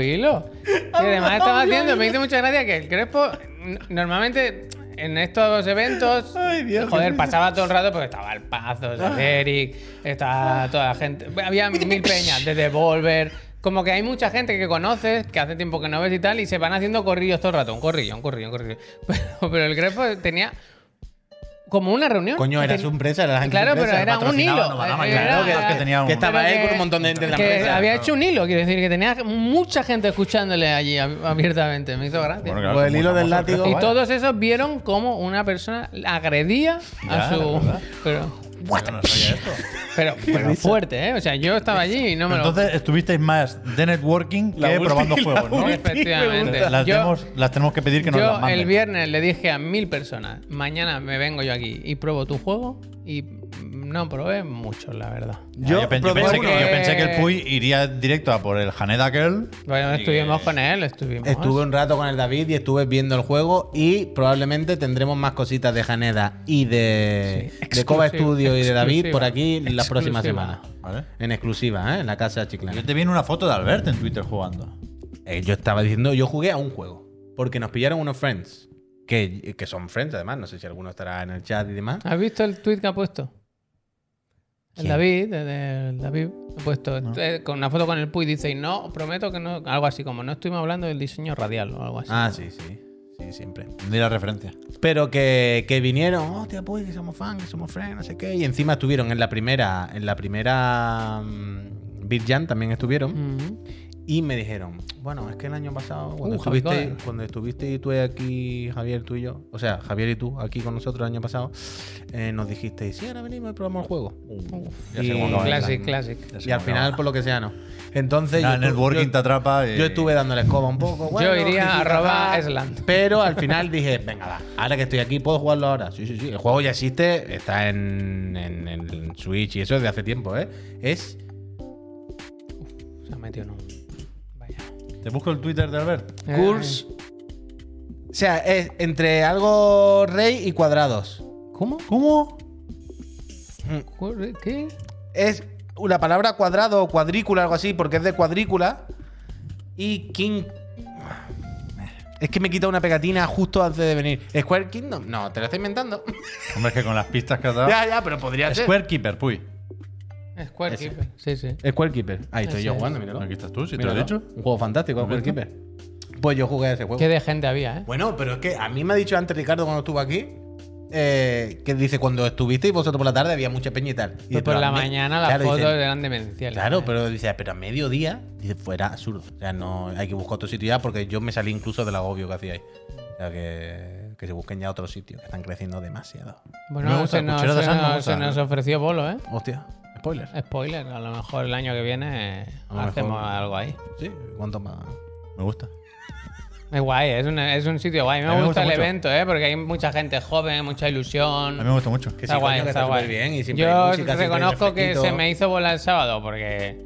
S2: <laughs>
S3: hilo. Y además estaba haciendo, me hizo mucha gracia que el Crespo, n- normalmente en estos eventos,
S2: Ay, Dios, Ah.
S3: joder,
S2: qué
S3: pasaba todo el rato porque estaba el Pazo, el Eric, estaba toda la gente. Había mil peñas de Devolver. Como que hay mucha gente que conoces, que hace tiempo que no ves y tal, y se van haciendo corrillos todo el rato. Un corrillo, un corrillo, un corrillo. <laughs> Pero, pero el Crespo tenía como una reunión.
S2: Coño, era su empresa, era la gente
S3: Claro,
S2: de su
S3: pero
S2: empresa,
S3: era un
S1: patrocinaba
S3: hilo. eh,
S1: Novarama,
S3: Era-
S1: claro,
S3: era-
S1: que tenía un-
S2: Que estaba
S3: pero
S2: ahí
S3: que-
S2: con un montón de gente de la
S3: que
S2: empresa.
S3: había hecho un hilo, quiero decir, que tenía mucha gente escuchándole allí ab- abiertamente. Me hizo gracia.
S1: Bueno, claro,
S2: Pues el
S1: como
S2: hilo del
S1: famoso,
S2: látigo.
S1: pero
S3: y
S1: vaya.
S3: todos esos vieron cómo una persona agredía
S1: Ya, la
S3: a su.
S1: verdad.
S3: Pero,
S1: Yo no sabía esto.
S3: pero, pero fuerte, ¿eh? O sea, yo estaba allí y no me lo.
S1: Entonces estuvisteis más de networking
S2: La
S1: que
S2: última-
S1: probando
S2: la
S1: juegos, ¿no?
S2: última.
S3: Efectivamente.
S1: Las,
S3: Yo-
S1: tenemos, las tenemos que pedir que nos las
S3: Yo
S1: manden.
S3: el viernes le dije a mil personas, mañana me vengo yo aquí y pruebo tu juego y no probé mucho, la verdad.
S1: Ah, Yo, pen- yo
S2: probé
S1: pensé
S2: uno,
S1: que, yo
S2: eh.
S1: pensé que el Puy iría directo a por el Haneda Girl.
S3: Bueno, estuvimos con él, estuvimos.
S2: Estuve un rato con el David y estuve viendo el juego y probablemente tendremos más cositas de Janeda y de,
S3: Sí,
S2: de Cova
S3: exclusiva,
S2: Studio y de David por
S3: exclusiva,
S2: aquí las próximas
S3: exclusiva.
S2: semanas.
S1: Vale.
S2: En exclusiva, ¿eh? en la casa
S1: Yo
S2: Chiclana.
S1: te vi en una foto de Albert en Twitter jugando.
S2: Eh, yo estaba diciendo, yo jugué a un juego porque nos pillaron unos friends. Que, que son friends, además, no sé si alguno estará en el chat y demás.
S3: ¿Has visto el tweet que ha puesto? El
S2: ¿Quién?
S3: David, el, el David ha puesto eh, con una foto con el Puy dice y no, prometo que no, algo así como no estuvimos hablando del diseño radial o algo así.
S2: Ah, sí, sí. Sí, siempre.
S1: Di la referencia.
S2: Pero que, que vinieron, hostia, pues, que somos fans, que somos friends, no sé qué. Y encima estuvieron en la primera, en la primera mm, Beat Jam también estuvieron.
S3: Mhm.
S2: Y me dijeron, bueno, es que el año pasado, cuando,
S3: Uh, Javi
S2: estuviste,
S3: Cohen.
S2: cuando estuviste tú aquí, Javier, tú y yo, o sea, Javier y tú aquí con nosotros el año pasado, eh, nos dijisteis, sí, ahora venimos y probamos el juego.
S1: Ya
S2: Y-
S1: sé cómo acaba
S3: Classic,
S1: el-
S3: classic.
S1: ya sé
S2: Y al
S1: cómo
S2: final,
S1: acaba.
S2: por lo que sea, no. Entonces,
S1: Nada, el
S2: estu-
S1: networking te atrapa. y-
S2: yo estuve dándole escoba un poco. bueno,
S3: iría
S2: jiji,
S3: a arroba
S2: jaja,
S3: Esland.
S2: Pero al final dije, venga, va, ahora que estoy aquí, puedo jugarlo ahora. Sí, sí, sí. El juego ya existe, está en, en, en Switch y eso desde hace tiempo, ¿eh? Es
S3: Se ha metido en un. Vaya.
S1: Te busco el Twitter de Albert.
S3: Eh,
S2: Curse. O sea, es entre algo rey y cuadrados.
S3: ¿Cómo?
S1: ¿Cómo?
S3: Cur- ¿eh? ¿Qué?
S2: Es la palabra cuadrado o cuadrícula, algo así, porque es de cuadrícula. Y King. Es que me quita una pegatina justo antes de venir. ¿Square Kingdom? No, te lo estoy inventando. <laughs>
S1: Hombre, es que con las pistas que has dado.
S2: ya, ya, pero podría ser.
S1: Square Keeper, puy.
S3: Square
S2: Ese.
S3: Keeper. Sí, sí.
S2: Square Keeper. Ahí estoy
S3: Ese
S2: yo
S3: es.
S2: jugando, míralo.
S1: Aquí estás tú, si
S2: Míralo.
S1: te lo he dicho.
S2: Un juego fantástico, Square
S1: ¿Lo has
S2: Keeper. Pues yo jugué a ese juego.
S3: ¿Qué de gente había, eh?
S2: Bueno, pero es que a mí me ha dicho antes Ricardo cuando estuvo aquí eh, que dice cuando estuvisteis vosotros por la tarde había mucha peña y tal. Y dice,
S3: Pero Pues por
S2: a
S3: la
S2: me-
S3: mañana las
S2: claro,
S3: fotos
S2: dice,
S3: eran demenciales.
S2: Claro,
S3: eh.
S2: pero dice, pero a mediodía dice, fuera absurdo. O sea, no hay que buscar otro sitio ya porque yo me salí incluso del agobio que hacíais. O sea, que, que se busquen ya otros sitios que están creciendo demasiado.
S1: Me
S3: Bueno,
S1: gusta,
S3: se, nos,
S1: Cuchara de
S3: se
S1: Sal me
S3: nos-
S1: gusta,
S3: se nos
S1: ¿no?
S3: ofreció bolo, ¿eh?
S2: Hostia, spoiler.
S3: Spoiler, a lo mejor el año que viene eh,
S2: A lo
S3: hacemos
S2: mejor.
S3: algo ahí.
S2: Sí, cuánto más.
S1: Me gusta.
S3: Es guay, es un, es un sitio guay. Me,
S1: A mí me gusta
S3: gusta, el
S1: mucho.
S3: evento, ¿eh? Porque hay mucha gente joven, mucha
S1: A
S3: ilusión.
S1: mí me gusta mucho.
S2: Que sí, coño, que está superbién y siempre hay
S3: Yo
S2: música, siempre hay
S3: reconozco que
S2: refresquito.
S3: se me hizo volar el sábado porque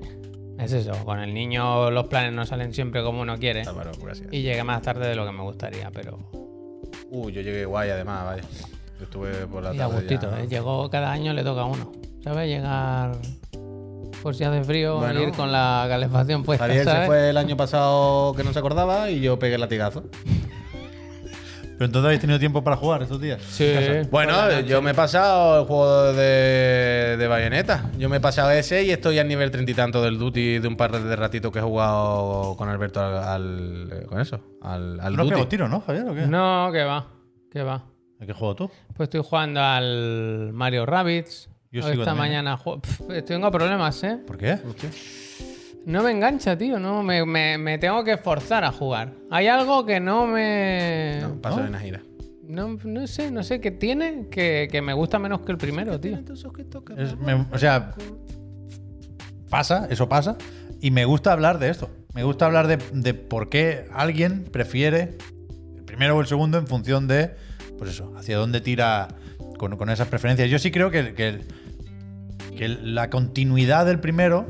S3: es eso, con el niño los planes no salen siempre como uno quiere.
S2: Está bárbaro, gracias.
S3: Y llegué más tarde de lo que me gustaría, pero...
S2: Uh, yo llegué guay además, vaya. Yo estuve por la
S3: Y
S2: tarde.
S3: a gustito,
S2: ya.
S3: ¿eh? Llegó cada año le toca a uno. ¿Sabes? Llegar por si hace frío,
S2: Bueno.
S3: ir con la calefacción puesta,
S2: Javier se
S3: ¿sabes?
S2: fue el año pasado que no se acordaba y yo pegué el latigazo.
S1: Pero entonces habéis tenido tiempo para jugar estos días.
S3: Sí.
S2: <laughs> Bueno, yo me he pasado el juego de, de Bayonetta. Yo me he pasado ese y estoy al nivel treinta y tanto del Duty de un par de ratitos que he jugado con Alberto al, al- con eso, al, al
S1: ¿No has pegado
S2: Duty.
S1: tiro, no, Javier? ¿O qué?
S3: No, que va, que va.
S1: ¿A qué juego tú?
S3: Pues estoy jugando al Mario Rabbids.
S1: Yo
S3: Hoy
S1: sigo
S3: esta
S1: también,
S3: mañana juego- Pff, tengo problemas, ¿eh?
S1: ¿Por qué?
S3: No me engancha, tío. No, me, me- me tengo que esforzar a jugar. Hay algo que no me.
S2: No, paso de una gira.
S3: No, no sé, no sé qué tiene que, que me gusta menos que el primero, tío.
S1: Es- me- o sea, pasa, eso pasa. Y me gusta hablar de esto. Me gusta hablar de, de por qué alguien prefiere el primero o el segundo en función de, pues eso, hacia dónde tira con, con esas preferencias. Yo sí creo que, que el- que el- la continuidad del primero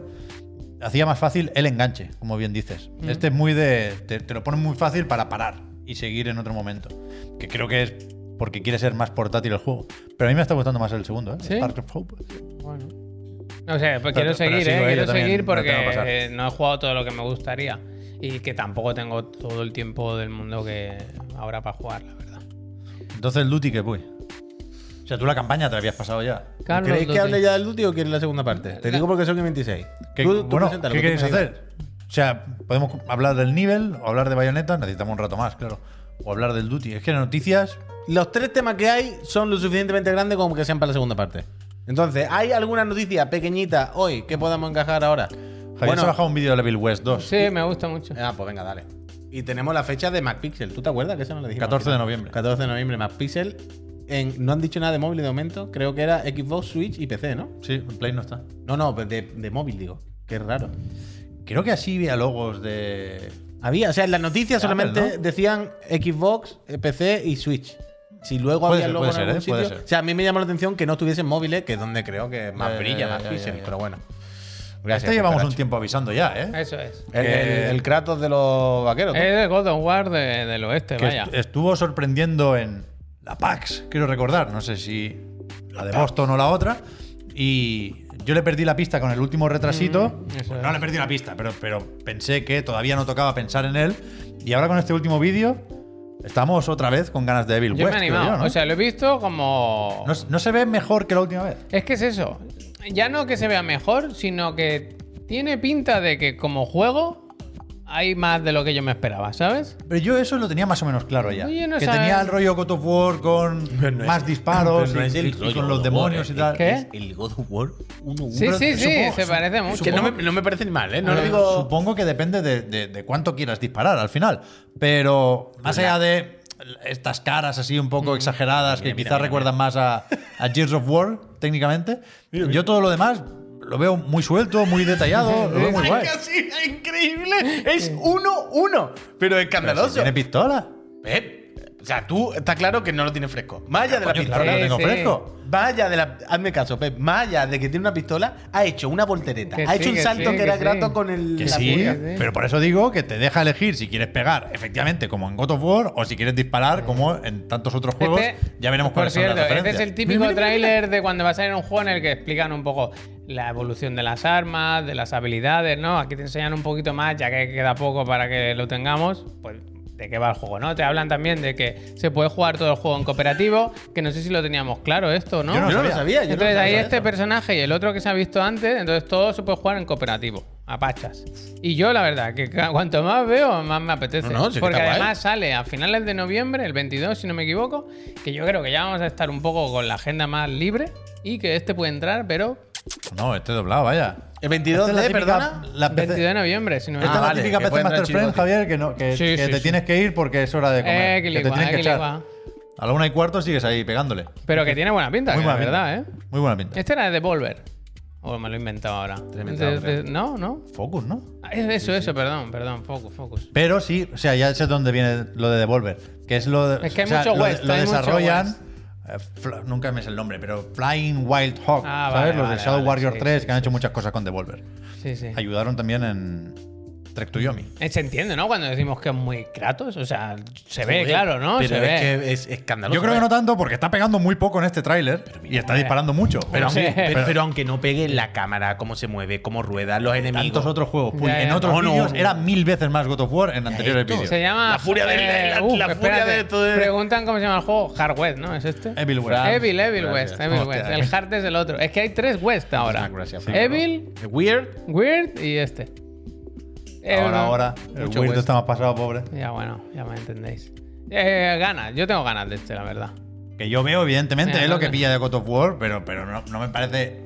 S1: hacía más fácil el enganche, como bien dices. Este es muy de. Te, te lo ponen muy fácil para parar y seguir en otro momento. Que creo que es porque quiere ser más portátil el juego. Pero a mí me está gustando más el segundo, ¿eh?
S3: ¿Sí?
S1: Stark of Hope.
S3: Bueno. No sé,
S1: Pero-
S3: pues quiero
S1: pero
S3: seguir,
S1: sigo
S3: ¿eh?
S1: ahí,
S3: Quiero
S1: yo también
S3: seguir
S1: lo tengo que
S3: porque
S1: pasar.
S3: eh, no he jugado todo lo que me gustaría. Y que tampoco tengo todo el tiempo del mundo que ahora para jugar, la verdad.
S1: Entonces el Duty que voy. O sea, tú la campaña te la habías pasado ya.
S3: Carlos,
S2: ¿Queréis que
S3: Duty.
S2: hable ya del Duty o quieres la segunda parte? Te digo porque son 26.
S1: ¿Qué,
S2: Tú- tú
S1: bueno,
S2: preséntalo,
S1: ¿qué
S2: que tú
S1: queréis
S2: me digas.
S1: hacer? O sea, podemos hablar del nivel o hablar de Bayonetta, necesitamos un rato más, claro. O hablar del Duty. Es que las noticias.
S2: Los tres temas que hay son lo suficientemente grandes como que sean para la segunda parte. Entonces, ¿hay alguna noticia pequeñita hoy que podamos encajar ahora?
S1: Javier se ha bajado un vídeo de Level West 2.
S3: Sí, me gusta mucho.
S2: Ah, pues venga, dale. Y tenemos la fecha de MacPixel. ¿Tú te acuerdas que eso no le dijimos?
S1: 14 de noviembre.
S2: 14 de noviembre, MacPixel. En, no han dicho nada de móvil de momento. Creo que era Xbox, Switch y PC, ¿no?
S1: Sí, en Play no está.
S2: No, no, pues de, de móvil, digo. Qué raro.
S1: Creo que así había logos de.
S2: Había, o sea, en las noticias
S1: De Apple,
S2: solamente
S1: ¿no?
S2: decían Xbox, eh, PC y Switch. Si luego
S1: Puede
S2: había
S1: ser,
S2: logo
S1: puede
S2: en
S1: ser,
S2: algún
S1: ¿eh? Puede
S2: sitio-
S1: ser.
S2: O sea, a mí me llamó la atención que no estuviesen móviles, que es donde creo que más
S1: Ya, ya,
S2: brilla,
S1: ya,
S2: más
S1: ya,
S2: pixel,
S1: ya, ya.
S2: pero bueno.
S1: Esto
S2: Gracias.
S1: llevamos un
S2: cucaracha.
S1: tiempo avisando ya, ¿eh?
S3: Eso es.
S2: El, el- el Kratos de los vaqueros. ¿no?
S3: Es el God of War de- del oeste,
S1: Que
S3: vaya.
S1: est- estuvo sorprendiendo en la PAX, quiero recordar, no sé si la de Boston o la otra. Y yo le perdí la pista con el último retrasito.
S3: Mm, eso
S1: Bueno,
S3: es.
S1: no le perdí la pista, pero, pero pensé que todavía no tocaba pensar en él. Y ahora con este último vídeo, estamos otra vez con ganas de Evil
S3: Yo me
S1: West.
S3: he
S1: creo
S3: animado.
S1: yo, ¿no?
S3: O sea, lo he visto como.
S1: No s- no se ve mejor que la última vez.
S3: Es que es eso. Ya no que se vea mejor, sino que tiene pinta de que como juego hay más de lo que yo me esperaba, ¿sabes?
S1: Pero yo eso lo tenía más o menos claro ya.
S3: Oye, no
S1: que
S3: sabe-
S1: tenía el rollo God of War con
S2: Pero no es-
S1: más disparos
S2: pero <laughs> no
S1: y-
S2: es el
S1: y
S2: rollo
S1: con
S2: God
S1: los
S2: of
S1: demonios
S2: War,
S1: y
S2: eh. es-
S1: tal.
S3: ¿Qué?
S2: Es el God of War 1
S3: Sí, sí, sí,
S1: supongo-
S3: se parece mucho.
S2: Que no me, no me parece ni mal, ¿eh? No lo
S3: Eh,
S2: digo.
S1: Supongo que depende de, de- de cuánto quieras disparar al final. Pero
S3: Pues
S1: más allá de estas caras así un poco exageradas que quizás recuerdan más a, a Gears of War técnicamente, yo todo lo demás lo veo muy suelto, muy detallado, lo veo muy guay.
S2: Sí, es increíble. Es 1-1. Pero
S1: Pero si
S2: escandaloso.
S1: Tiene pistola.
S2: Pep,
S4: ¿Eh? sea, tú está claro que no lo tienes fresco. Más allá de la
S1: Coño, claro
S4: pistola.
S1: que lo tengo
S3: Sí, sí.
S1: fresco.
S4: Más allá de la. Hazme caso, Pep. Más allá de que tiene una pistola, ha hecho una voltereta.
S3: Que
S4: ha
S3: sí,
S4: hecho un
S3: que
S4: salto
S3: sí,
S4: que
S3: que
S4: era
S3: sí.
S4: grato con el.
S1: Que
S4: la
S1: sí,
S4: furia.
S3: furia, sí.
S1: pero por eso digo que te deja elegir si quieres pegar, efectivamente, como en God of War, o si quieres disparar, como en tantos otros juegos.
S3: Este-
S1: ya veremos
S3: por
S1: cuáles
S3: cierto,
S1: son las
S3: Este es
S1: referencias.
S3: el típico tráiler de cuando va a salir un juego en el que explican un poco la evolución de las armas, de las habilidades, ¿no? Aquí te enseñan un poquito más, ya que queda poco para que lo tengamos, pues de qué va el juego, ¿no? Te hablan también de que se puede jugar todo el juego en cooperativo, que no sé si lo teníamos claro esto, ¿no?
S1: Yo no
S4: Yo no lo
S1: sabía.
S4: sabía. Yo no
S3: Entonces
S4: lo
S3: ahí
S4: sabía.
S3: este personaje y el otro que se ha visto antes, entonces todo se puede jugar en cooperativo, a pachas. Y yo la verdad que ca- cuanto más veo, más me apetece.
S4: No, no, sí que
S3: porque
S4: está guay.
S3: además sale a finales de noviembre, el 22 si no me equivoco, que yo creo que ya vamos a estar un poco con la agenda más libre y que este puede entrar, pero
S1: No, este doblado, vaya.
S4: El 22
S1: Esta
S4: de,
S1: es la típica-
S4: ¿eh? perdona.
S1: la PC
S3: 22 de noviembre si no me
S1: Esta es
S3: equivoco.
S1: la
S4: Ah, vale,
S1: típica
S4: que
S1: PC
S4: pueden dar
S1: Master Friend,
S4: chirigote.
S1: Javier, que, no, que,
S3: Sí,
S1: que
S3: sí,
S1: te
S3: sí.
S1: tienes que ir porque es hora de comer.
S3: Eh, que
S1: que te
S3: ligua,
S1: tienes
S3: eh,
S1: que
S3: que
S1: echar.
S3: ligua.
S1: A la una y cuarto sigues ahí pegándole.
S3: Pero que tiene buena pinta,
S1: Muy
S3: que la
S1: buena pinta.
S3: verdad, ¿eh?
S1: Muy buena pinta.
S3: Este era de Devolver. O me lo he inventado ahora.
S4: lo he inventado,
S3: De- de-
S4: creo.
S3: no, no.
S1: Focus, ¿no?
S3: Ah, es- Eso, eso, perdón, perdón, focus, focus.
S1: Pero sí, o sea, ya sé dónde viene lo de Devolver. Que es lo de.
S3: Es que hay
S1: o sea,
S3: mucho
S1: lo, de-
S3: West,
S1: lo
S3: hay mucho
S1: desarrollan.
S3: West.
S1: eh, Fl- Nunca me es el nombre, pero Flying Wild Hawk,
S3: Ah,
S1: ¿sabes?
S3: vale,
S1: Los de
S3: vale,
S1: Shadow
S3: vale,
S1: Warrior
S3: sí,
S1: 3,
S3: sí,
S1: que han
S3: sí,
S1: hecho
S3: sí.
S1: muchas cosas con Devolver.
S3: Sí, sí.
S1: Ayudaron también en Trek to Yomi.
S3: Eh, Se entiende, ¿no? Cuando decimos que es muy Kratos, o sea, se ve,
S4: Joder,
S3: claro, ¿no?
S4: Pero
S3: se
S4: es
S3: ve.
S4: que es escandaloso.
S1: Yo creo que
S4: ¿eh?
S1: no tanto porque está pegando muy poco en este tráiler y está disparando mucho.
S4: Pero,
S3: Sí.
S4: aunque, pero, pero aunque no pegue en la cámara, cómo se mueve, cómo ruedan los enemigos.
S1: tantos otros juegos. Puy.
S3: Ya, ya.
S1: En otros
S4: No, no.
S1: vídeos era mil veces más God of War en anteriores
S4: esto.
S1: vídeos.
S3: Se llama.
S4: La furia del- la- la furia de todo el-
S3: Preguntan cómo se llama el juego. Hard West, ¿no? ¿Es este?
S1: Evil West.
S3: Evil, Evil
S4: Gracias.
S3: West. Evil
S4: Hostia,
S3: West. El Hard es el otro. Es que hay tres West ahora:
S4: gracias, Fran.
S3: Evil,
S4: Weird.
S3: Weird y este.
S1: Ahora,
S3: Evil-
S1: ahora. El
S3: Mucho
S1: Weird
S3: West.
S1: está más pasado, pobre.
S3: Ya, bueno, ya me entendéis. Eh, ganas, yo tengo ganas de este, la verdad.
S1: Que yo veo, evidentemente,
S3: Mira,
S1: es lo
S3: no,
S1: que
S3: no.
S1: pilla de God of War, pero, pero no, no me parece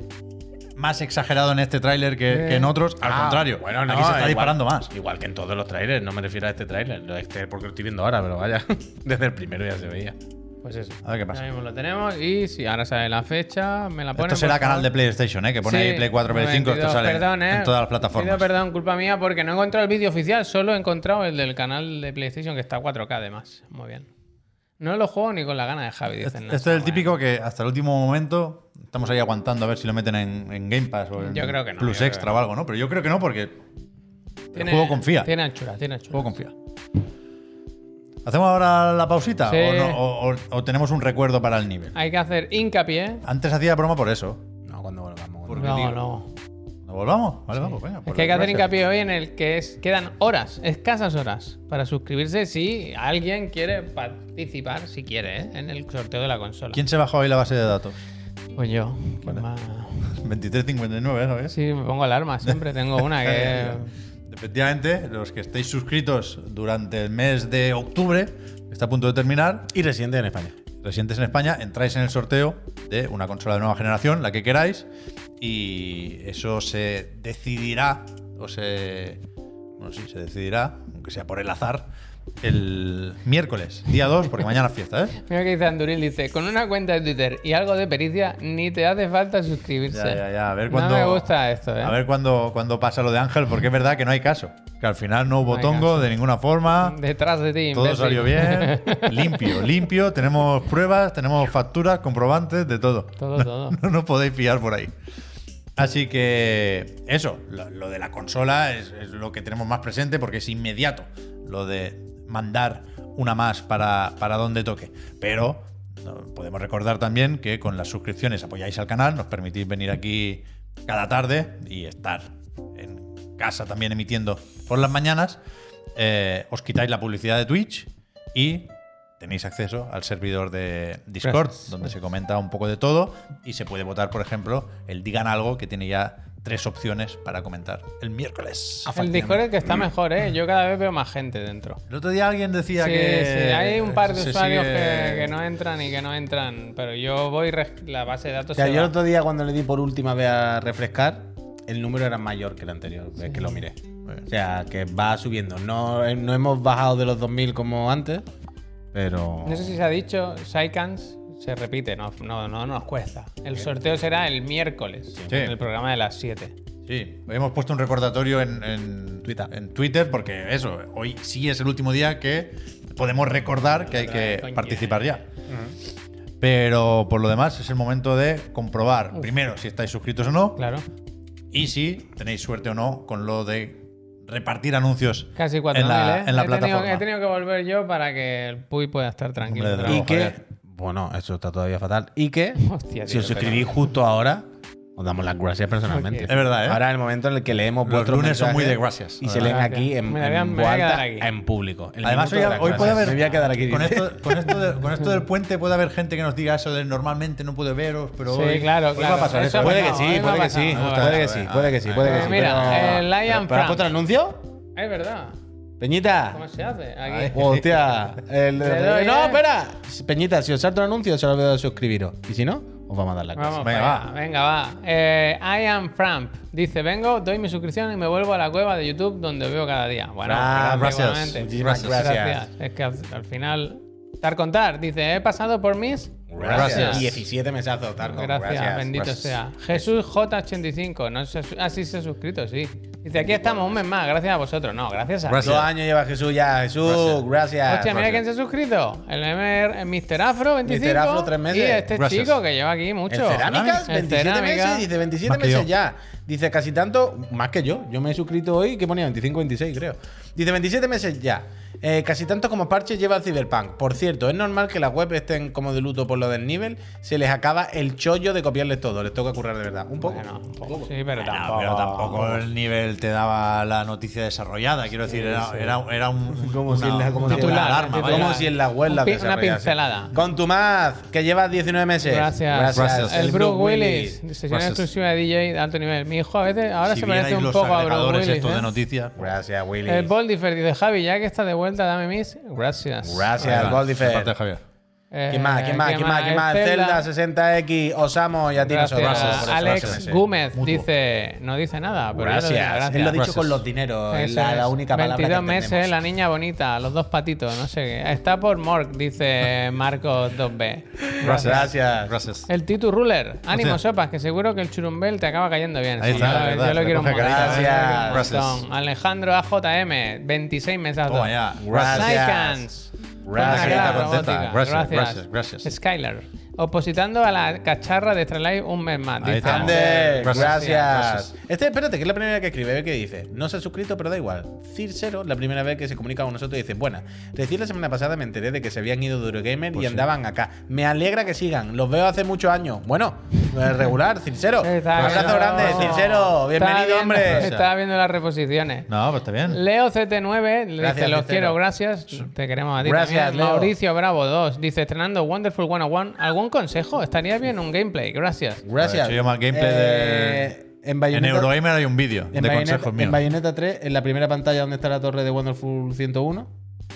S1: más exagerado en este tráiler que,
S3: Eh.
S1: que en otros. Al
S4: Ah,
S1: contrario,
S4: bueno, no,
S1: aquí se está
S4: igual-
S1: disparando más.
S4: Igual que en todos los trailers, no me refiero a este trailer, lo este porque lo estoy viendo ahora, pero vaya, <laughs> desde el primero ya se veía.
S3: Pues eso.
S1: A ver qué
S3: Ya
S1: pasa.
S3: mismo lo tenemos. Y si ahora sale la fecha, me la ponen.
S1: Esto será
S3: por
S1: canal
S3: favor.
S1: de PlayStation, ¿eh? que pone
S3: pues Sí,
S1: ahí Play 4, Play 5. Esto
S3: 92,
S1: sale
S3: perdón, eh.
S1: en todas las
S3: Pido
S1: plataformas.
S3: perdón, culpa mía, porque no he encontrado el vídeo oficial, solo he encontrado el del canal de PlayStation que está a 4K además. Muy bien. No lo juego ni con la gana de Javi.
S1: Este
S3: dicen, no,
S1: este es el
S3: bueno.
S1: típico que hasta el último momento estamos ahí aguantando a ver si lo meten en, en Game Pass o en
S3: Yo creo que no, yo
S1: Plus
S3: creo
S1: Extra
S3: que
S1: o algo, ¿no? Pero yo creo que no porque
S3: Tiene-
S1: el juego confía.
S3: Tiene anchura, tiene anchura.
S1: Luego confía. ¿Hacemos ahora la pausita?
S3: Sí.
S1: ¿O, no? ¿O- o- o tenemos un recuerdo para el nivel?
S3: Hay que hacer hincapié.
S1: Antes hacía broma por eso.
S4: No, cuando volvamos.
S1: Por-
S3: No,
S1: digo-
S3: no.
S1: ¿Nos volvamos? Vale, vamos, venga.
S3: Es
S1: pues
S3: que hay que hacer
S1: gracias.
S3: hincapié hoy en el que es, quedan horas, escasas horas, para suscribirse si alguien quiere participar, si quiere, ¿eh? en el sorteo de la consola.
S1: ¿Quién se bajó hoy la base de datos? <laughs>
S3: Pues yo. ¿qué más?
S1: 23.59, ¿sabes?
S3: Sí, me pongo alarma siempre. Tengo
S1: <laughs>
S3: una Ah, que.
S1: Efectivamente, los que estéis suscritos durante el mes de octubre, que está a punto de terminar,
S4: Y Residente en España.
S1: residentes en España, entráis en el sorteo de una consola de nueva generación, la que queráis, y eso se decidirá, o se. Bueno, sí, se decidirá, aunque sea por el azar, el miércoles, día 2, porque mañana es
S3: <laughs>
S1: fiesta, ¿eh?
S3: Mira que dice Anduril, dice, con una cuenta de Twitter y algo de pericia, ni te hace falta suscribirse.
S1: Ya, ya, ya. A ver cuándo.
S3: No me gusta esto, eh.
S1: A ver cuándo, cuándo pasa lo de Ángel, porque es verdad que no hay caso. Que al final no hubo
S3: hay
S1: tongo
S3: caso.
S1: de ninguna forma.
S3: Detrás de ti,
S1: Todo
S3: imbécil.
S1: salió bien. Limpio, limpio. Tenemos pruebas, tenemos facturas, comprobantes, de todo.
S3: <laughs> todo, todo.
S1: <laughs> No nos podéis pillar por ahí. Así que eso, lo, lo de la consola es, es lo que tenemos más presente porque es inmediato lo de mandar una más para, para donde toque. Pero no, podemos recordar también que con las suscripciones apoyáis al canal, nos permitís venir aquí cada tarde y estar en casa también emitiendo por las mañanas. Eh, os quitáis la publicidad de Twitch y tenéis acceso al servidor de Discord,
S3: Gracias.
S1: donde se comenta un poco de todo y se puede votar, por ejemplo, el Digan Algo, que tiene ya tres opciones para comentar el miércoles.
S3: El Discord es el que está mejor, eh. Yo cada vez veo más gente dentro.
S1: El otro día alguien decía
S3: Sí,
S1: que.
S3: sí, hay un par de
S1: se
S3: usuarios
S1: sigue-
S3: que, que no entran y que no entran, pero yo voy, res- la base de datos
S2: O sea,
S3: se
S2: yo el
S3: va.
S2: otro día cuando le di por última vez a refrescar, el número era mayor que el anterior, es que lo miré. O sea, que va subiendo. No, eh, no hemos bajado de los 2000 como antes, pero...
S3: No sé si se ha dicho, Saikans se repite, no, no, no nos cuesta. El sorteo será el miércoles, en el programa de las 7.
S1: Sí, hoy hemos puesto un recordatorio en, en- en Twitter. porque eso, hoy sí es el último día que podemos recordar que hay que
S3: Coño.
S1: participar ya. Pero por lo demás es el momento de comprobar primero si estáis suscritos o no
S3: Claro.
S1: y si tenéis suerte o no con lo de repartir anuncios
S3: Casi
S1: en
S3: 4.000,
S1: la,
S3: ¿eh?
S1: en la
S3: he, tenido,
S1: plataforma.
S3: he tenido que volver yo para que el Puy pueda estar tranquilo.
S1: Hombre,
S3: otra
S1: de
S2: Y
S1: Vamos,
S2: que,
S1: Javier.
S2: bueno, eso está todavía fatal.
S1: <laughs>
S2: Y que,
S3: vez. Hostia,
S2: si
S3: tío.
S2: os suscribís justo ahora, os damos las gracias personalmente.
S3: Ok.
S1: Es verdad, ¿eh?
S2: Ahora es el momento en el que leemos
S1: Los
S2: vuestros
S1: lunes son
S2: mensajes
S1: muy de gracias.
S2: Y se
S1: Ahora.
S2: leen aquí en,
S3: Me la voy a-
S2: en
S3: me la voy a
S2: voz alta,
S3: quedar aquí.
S2: en público. El
S1: Además, hoy,
S2: minuto de las
S1: hoy puede
S2: gracias.
S1: haber.
S2: Me voy a quedar aquí.
S1: con,
S2: dice.
S1: esto, con, esto de- con
S3: <laughs>
S1: esto del puente puede haber gente que nos diga eso de normalmente no puedo veros, pero.
S3: Sí,
S1: hoy-
S3: claro,
S1: hoy
S3: claro.
S1: va a pasar
S3: Eso
S1: eso.
S2: Puede
S3: no,
S2: que
S3: hoy
S2: sí,
S3: no
S2: puede
S3: ha
S2: que sí,
S3: pasado.
S2: puede
S1: Vale,
S2: que sí,
S1: vale,
S2: puede que
S1: vale.
S2: sí, puede que
S3: Eh,
S2: sí.
S3: mira,
S2: pero-
S3: el Lion
S2: ¿Pero has puesto el
S3: Frank.
S2: anuncio?
S3: Es verdad.
S2: Peñita. <laughs>
S3: ¿Cómo se hace?
S2: Ay,
S3: Aquí.
S2: Hostia. El-
S3: Te doy,
S2: no,
S3: eh.
S2: espera. Peñita, si os salto el anuncio, solo veo suscribiros. Y si no, os vamos a dar la clase.
S3: Vamos,
S1: Venga,
S3: para
S1: va.
S3: allá. venga, va. Eh, I am Framp. Dice, vengo, doy mi suscripción y me vuelvo a la cueva de YouTube donde os veo cada día. Bueno,
S2: Framp,
S1: gracias.
S3: igualmente.
S2: Muchísimas gracias.
S3: Es que al, al final... Estar contar. Dice, he pasado por mis...
S1: Gracias.
S2: 17 mesazos, Tarko.
S3: Gracias, bendito sea. Jesús J85. No sé, ah, sí, se ha suscrito, sí. Dice, aquí estamos un mes más, gracias a vosotros. No, gracias a ti.
S1: Gracias.
S2: Dos años lleva Jesús ya. Jesús, gracias.
S3: Hostia, mira quién se ha suscrito. El MR, el Mr. Afro 25.
S2: Mr. Afro, tres meses.
S3: Y este
S1: Gracias.
S3: chico que lleva aquí mucho.
S2: En cerámicas,
S3: En
S2: 27
S3: cerámica.
S2: meses, dice 27
S1: Más que
S2: meses
S1: yo.
S2: ya. Dice casi tanto, más que yo. Yo me he suscrito hoy, que ponía 25, 26, creo. Dice 27 meses ya. Eh, casi tanto como parche lleva el Cyberpunk. Por cierto, es normal que las webs estén como de luto por lo del nivel. Se les acaba el chollo de copiarles todo. Les toca currar de verdad. Un poco.
S3: Bueno, un poco. Sí, pero
S1: Bueno,
S3: tampoco.
S1: pero tampoco el nivel te daba la noticia desarrollada. Quiero decir, era, era, era un,
S2: <laughs> Como
S1: una,
S2: si la- como
S1: una
S2: si la-
S1: puta alarma.
S3: como
S1: vaya.
S2: Como si en la web la
S3: Un pi- una pincelada.
S2: Con tu maz, que llevas 19 meses.
S3: Gracias.
S1: Gracias.
S3: El, Brooke Willis, sesión
S1: Gracias.
S3: exclusiva de DJ de alto nivel. Mi hijo a veces ahora
S1: Si
S3: se parece
S1: vierais
S3: un
S1: los
S3: poco a Brooke
S1: agregadores
S3: Willis.
S1: estos de
S3: ¿eh?
S1: noticias.
S2: Gracias, Willis.
S3: El Boldifer dice, Javi, ya que estás de vuelta, dame mis... Gracias.
S1: Ahí va,
S2: Gracias,
S1: de parte de
S2: Goldifer.
S1: Javier.
S3: Eh,
S2: ¿Quién más? ¿Quién más? ¿Quién más? ¿Quién más? Zelda 60X, Osamo y a ti
S3: Gracias.
S2: nosotros. Gracias.
S3: Alex
S2: Gracias.
S3: Gómez
S1: Mutuo.
S3: dice, no dice nada, pero yo lo
S2: Gracias.
S3: digo,
S2: Él lo ha dicho
S1: Gracias.
S2: con los dineros. Es
S3: Eso
S2: la,
S3: es.
S2: la única palabra
S3: 22
S2: que
S3: meses,
S2: entendemos.
S3: la niña bonita, los dos patitos, no sé qué. Está por Mork,
S2: <laughs>
S3: dice Marcos 2B.
S1: Gracias.
S2: Gracias.
S1: Gracias.
S3: El Titu Ruler. Ánimo,
S1: Hostia.
S3: sopas, que seguro que el churumbel te acaba cayendo bien.
S1: Ahí
S3: Sí,
S1: está,
S3: yo lo-
S1: la verdad,
S3: yo lo
S1: le
S3: quiero un
S1: coge
S3: montón.
S2: cariño.
S1: Gracias.
S3: Montón. Alejandro AJM, 26 mesazos.
S1: Toma ya.
S2: Gracias.
S3: Psychans.
S2: Gracias.
S3: Una cara
S1: Gracias,
S3: robótica.
S1: contenta. Gracias, gracias, gracias.
S3: Skylar. Opositando a la cacharra de Astralife un mes más.
S1: Ahí
S3: dice
S1: estamos.
S2: Ander,
S1: Gracias.
S2: gracias.
S1: Gracias.
S2: Este, espérate, que es la primera vez que escribe, ve que dice. No se ha suscrito, pero da igual. Circero, la primera vez que se comunica con nosotros, dice: Buena, recién la semana pasada me enteré de que se habían ido de Eurogamer y andaban acá. Me alegra que sigan, los veo hace muchos años. Bueno, eh, regular, Circero. Un
S3: Está
S2: abrazo
S3: viendo-
S2: grande, Circero.
S3: Estaba
S2: Bienvenido,
S3: viendo-
S2: hombre.
S3: Estaba viendo las reposiciones.
S1: No, pues está bien.
S3: Leo CT9 le
S2: Gracias,
S3: dice, los
S2: Cicero.
S3: quiero, gracias. Te queremos a ti.
S2: Gracias,
S3: también.
S2: Leo.
S3: Mauricio Bravo 2 dice, estrenando Wonderful 101. ¿Algún consejo? Estaría bien un gameplay, gracias.
S2: Gracias. Eh,
S1: He hecho yo más gameplay de-
S2: En
S1: En
S2: Bayonetta-
S1: Eurogamer hay un vídeo de
S2: en Bayonetta-
S1: consejos míos.
S2: En Bayonetta 3, en la primera pantalla donde está la torre de Wonderful 101,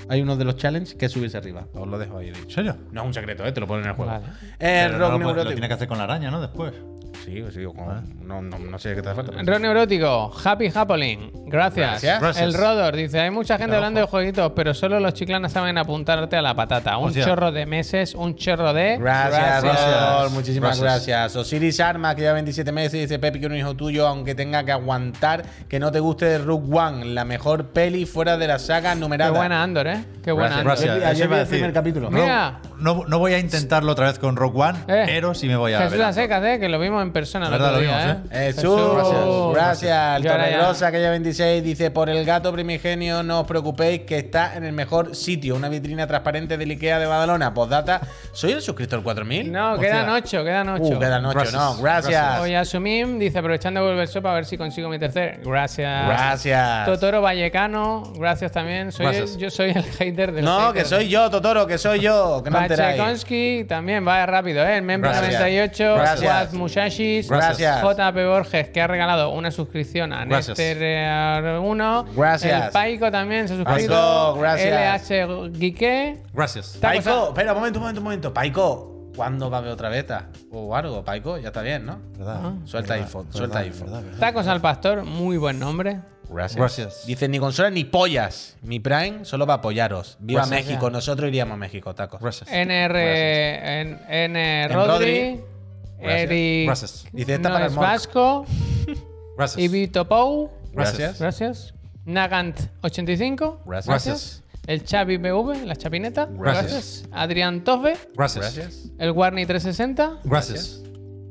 S2: hay uno de los challenges que es subirse arriba. Os lo dejo ahí
S1: ¿En
S2: dicho.
S1: serio?
S2: No es un secreto, ¿eh? te lo ponen en el juego.
S3: Vale.
S2: Eh,
S1: Pero no
S2: rock
S1: lo, puede- lo
S2: neurótico.
S1: tiene Ah. que hacer con la araña, ¿no? Después.
S2: Sí, sí, o con- no, no, no sé qué te hace falta. pero-
S3: Rock Neurótico, Happy Happening, gracias.
S2: Gracias.
S1: Gracias.
S3: El Rodor dice, hay mucha gente hablando de jueguitos, pero solo los chiclanas saben apuntarte a la patata. Un
S1: Hostia.
S3: chorro de meses, un chorro de...
S2: Gracias,
S1: Gracias.
S2: Rodor, muchísimas
S1: Gracias.
S2: gracias. Osiris Arma, que lleva 27 meses, dice Pepi que un hijo tuyo, aunque tenga que aguantar que no te guste de Rook One, la mejor peli fuera de la saga
S3: Qué
S2: numerada.
S3: buena Andor, ¿eh? Qué buena Andor.
S1: Gracias.
S2: Ayer vi
S1: Eso iba a
S2: el primer
S1: decir.
S2: capítulo.
S3: Mira.
S1: No, no, no voy a intentarlo otra vez con Rock One,
S3: Eh.
S1: pero sí me voy a
S3: Jesús
S1: ver.
S3: a secas, ¿eh? Que lo vimos en persona el
S1: Verdad,
S3: otro
S1: lo
S3: día,
S1: vimos,
S3: ¿eh?
S2: Jesús,
S3: Jesús.
S2: gracias.
S3: Yo ahora ya-
S2: Torregrosa, que lleva 26, dice: Por el gato primigenio, no os preocupéis, que está en el mejor sitio. Una vitrina transparente del Ikea de Badalona. Postdata: ¿Soy el suscriptor Uh, 4000?
S3: No,
S2: Hostia.
S3: quedan ocho, quedan ocho.
S2: Uh, quedan ocho,
S1: Gracias.
S2: no. Gracias.
S3: Hoy asumim, dice aprovechando de volver sopa a ver si consigo mi tercer. Gracias.
S2: Gracias.
S3: Totoro Vallecano, gracias también. Soy
S1: Gracias.
S3: el- yo soy el hater del
S2: No,
S3: hater.
S2: que soy yo, Totoro, que soy yo. Que no enteráis.
S3: Pachekonsky también va rápido, ¿eh? El Member
S2: Gracias.
S3: 98,
S2: Gracias.
S3: Juaz Mushashis,
S2: Gracias.
S3: JP Borges, que ha regalado una suscripción a
S1: Gracias.
S3: Nester 1.
S2: Gracias.
S3: El Paico también se ha suscrito.
S2: Paico, gracias.
S3: LH Guique.
S1: Gracias.
S3: Ta-
S2: Paico, espera, un momento, un momento, un momento. Paico, ¿cuándo va a haber otra beta? O algo, Paico, ya está bien, ¿no?
S3: Ah.
S1: ¿Verdad?
S2: Suelta iPhone, suelta iPhone.
S3: Tacos al Pastor, muy buen nombre.
S2: Gracias.
S1: Gracias.
S2: Dice, ni consolas ni pollas. Mi Prime solo va a apoyaros. Viva
S1: Gracias.
S2: México. Nosotros iríamos a México, tacos.
S1: Gracias.
S3: NR, en- N.
S2: En
S3: Rodri.
S2: Rodri. Gracias.
S3: Eric.
S1: Gracias.
S2: Dice, esta
S3: no
S2: para
S3: es
S2: el Monk.
S3: Vasco.
S1: Gracias.
S3: Y Vito Pou.
S1: Gracias.
S3: Gracias. Nagant85.
S2: Gracias.
S1: Gracias.
S3: el Chavi BV, la chapineta.
S1: Gracias.
S3: Adrián Tofe,
S1: Gracias.
S4: Gracias.
S3: el Warney 360,
S1: Gracias.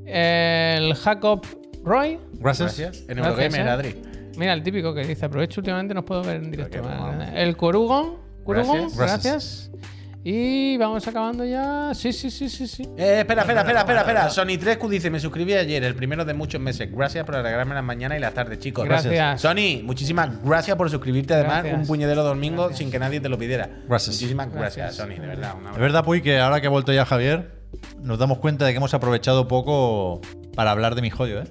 S3: el Jacob Roy.
S1: Gracias.
S4: Gracias. En
S3: Gracias,
S4: Eurogamer,
S3: eh.
S4: Adri.
S3: Mira, el típico que dice, aprovecho últimamente, no puedo ver en directo.
S4: Pero qué
S3: Vale,
S4: mal.
S3: El Corugon, Corugon, gracias.
S4: Gracias.
S3: Y vamos acabando ya. Sí, sí, sí, sí, sí.
S4: Eh, espera, espera, espera, espera, espera.
S2: Sony 3Q dice, me suscribí ayer, el primero de muchos meses. Gracias por alegrarme las mañanas y las tardes, chicos.
S3: Gracias.
S2: Sony, muchísimas gracias por suscribirte. Además,
S3: Gracias.
S2: un puñedero domingo
S3: Gracias.
S2: sin que nadie te lo pidiera.
S1: Gracias.
S2: Muchísimas gracias,
S3: Gracias.
S2: Sony, de verdad. un
S1: Es
S2: abrazo.
S1: verdad, Puy, que ahora que ha vuelto ya Javier, nos damos cuenta de que hemos aprovechado poco para hablar de mi jodio, ¿eh?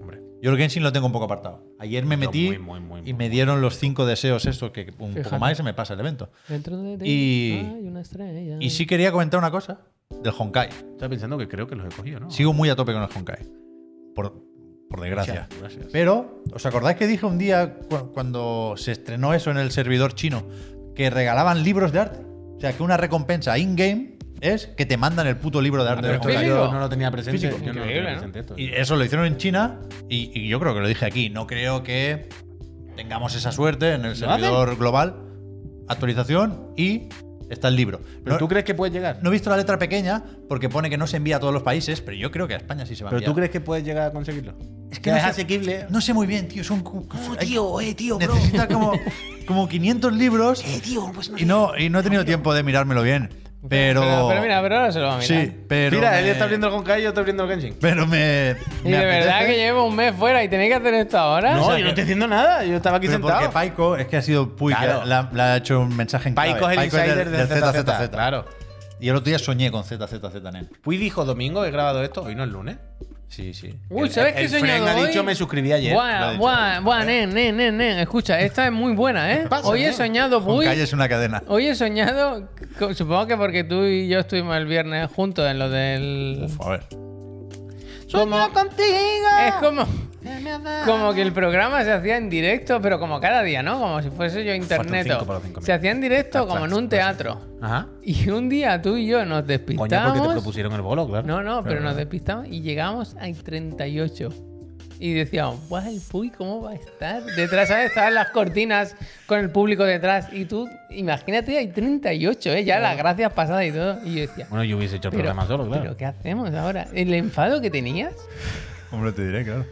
S4: Hombre.
S1: Yo el Genshin lo tengo un poco apartado. Ayer me metí
S4: muy, muy, muy,
S1: y
S4: muy,
S1: me dieron los cinco deseos estos, que un
S3: Fíjate.
S1: poco más y se me pasa el evento.
S3: Dentro de ti
S1: Y-
S3: hay una estrella.
S2: Mm.
S1: Y sí quería comentar una cosa del Honkai.
S4: Estaba pensando que creo que los he cogido, ¿no?
S1: Sigo muy a tope con el Honkai. Por, por desgracia.
S4: Muchas gracias.
S1: Pero, ¿os acordáis que dije un día cu- cuando se estrenó eso en el servidor chino? Que regalaban libros de arte. O sea, que una recompensa in-game es que te mandan el puto libro de arte.
S4: Pero
S1: del
S4: esto
S3: ¿Físico?
S4: yo no lo tenía presente.
S1: Físico.
S4: Yo no lo
S3: Increíble,
S4: tenía
S3: ¿no?
S4: presente esto.
S1: Y eso lo hicieron en China y, y yo creo que lo dije aquí. No creo que tengamos esa suerte en el servidor global. Actualización y está el libro.
S4: ¿Pero
S1: No,
S4: tú crees que puedes llegar?
S1: no he visto la letra pequeña porque pone que no se envía a todos los países, pero yo creo que a España sí se va a
S4: ¿Pero
S1: enviar.
S4: tú crees que puedes llegar a conseguirlo?
S1: Es
S2: que no sé-
S1: No sé muy bien, tío. Es un. tío, eh, tío. Necesita como, como 500 libros. y, no, y no he tenido tiempo de mirármelo bien. Pero.
S3: Pero, pero mira, pero ahora se lo va a mirar.
S1: Sí, pero.
S4: Mira,
S1: me-
S4: él está abriendo el Honkai y yo estoy abriendo el Genshin.
S1: Pero me.
S3: Y
S1: me
S3: de verdad
S1: apetece,
S3: que llevo un mes fuera y tenéis que hacer esto ahora.
S4: No,
S3: Ah, O sea,
S4: yo no estoy haciendo nada. Yo estaba aquí
S1: pero porque
S4: sentado.
S1: Paico es que ha sido Puy
S4: Claro.
S1: que la- le ha hecho un mensaje en clave.
S2: Paico es el insider del ZZZ.
S1: Claro. Y el otro día soñé con ZZZ, nen.
S2: Puy dijo domingo, he grabado esto, hoy no es lunes.
S1: Sí, sí.
S3: Uy,
S2: El-
S3: ¿sabes
S2: el-
S3: qué he
S2: el Fren
S3: soñado
S2: ha
S3: hoy?
S2: dicho, me suscribí ayer.
S1: lo ha
S3: Buah,
S1: dicho.
S3: buah, buah, nen, nen, nen, nen. Escucha, esta es muy buena, ¿eh?
S2: pasa,
S3: Hoy he
S2: nen?
S3: soñado muy...
S1: Honkai es una cadena.
S3: Hoy he soñado, co- supongo que porque tú y yo estuvimos el viernes juntos en lo del...
S1: Uf, a ver.
S3: Como-
S2: contigo!
S3: Es como, como que el programa se hacía en directo, pero como cada día, ¿no? Como si fuese yo internet.
S4: cinco para los cinco
S3: Se hacía en directo como en un teatro.
S4: Ajá.
S3: Y un día tú y yo nos
S4: Coño, porque te
S3: despistamos.
S4: propusieron el bolo, claro.
S3: No, no, pero nos despistamos y llegamos al 38. Y decíamos, guau, el Puy, ¿cómo va a estar? Detrás, ¿sabes? Estaban las cortinas con el público detrás. Y tú, imagínate, hay 38, ¿eh? Ya las gracias pasadas y todo. Y yo decía,
S4: Bueno, yo hubiese hecho el
S3: pero,
S4: programa solo, claro.
S3: pero ¿qué hacemos ahora? ¿El enfado que tenías?
S1: Hombre, te diré, claro.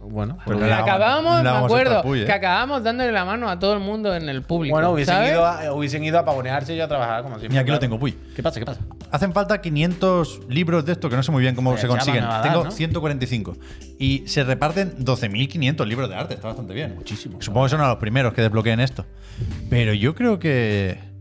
S4: Bueno,
S1: Pero
S4: pues-
S1: la-
S3: acabábamos,
S1: no la
S3: me
S1: vamos a
S3: acuerdo,
S1: estar puy, ¿eh?
S3: que acabábamos dándole la mano a todo el mundo en el público.
S2: Bueno, hubiesen
S3: ¿sabes?
S2: ido, a, hubiesen ido a pavonearse y yo a trabajar, como siempre.
S1: Mira, aquí lo
S2: claro.
S1: tengo, Puy.
S4: ¿Qué pasa? ¿Qué pasa?
S1: Hacen falta 500 libros de esto, que no sé muy bien cómo
S4: Vaya
S1: se consiguen.
S4: chapa me va a dar,
S1: Tengo
S4: ¿no?
S1: 145. Y se reparten 12.500 libros de arte. Está bastante bien.
S4: Muchísimo.
S1: Supongo que son a los primeros que desbloqueen esto. Pero yo creo que...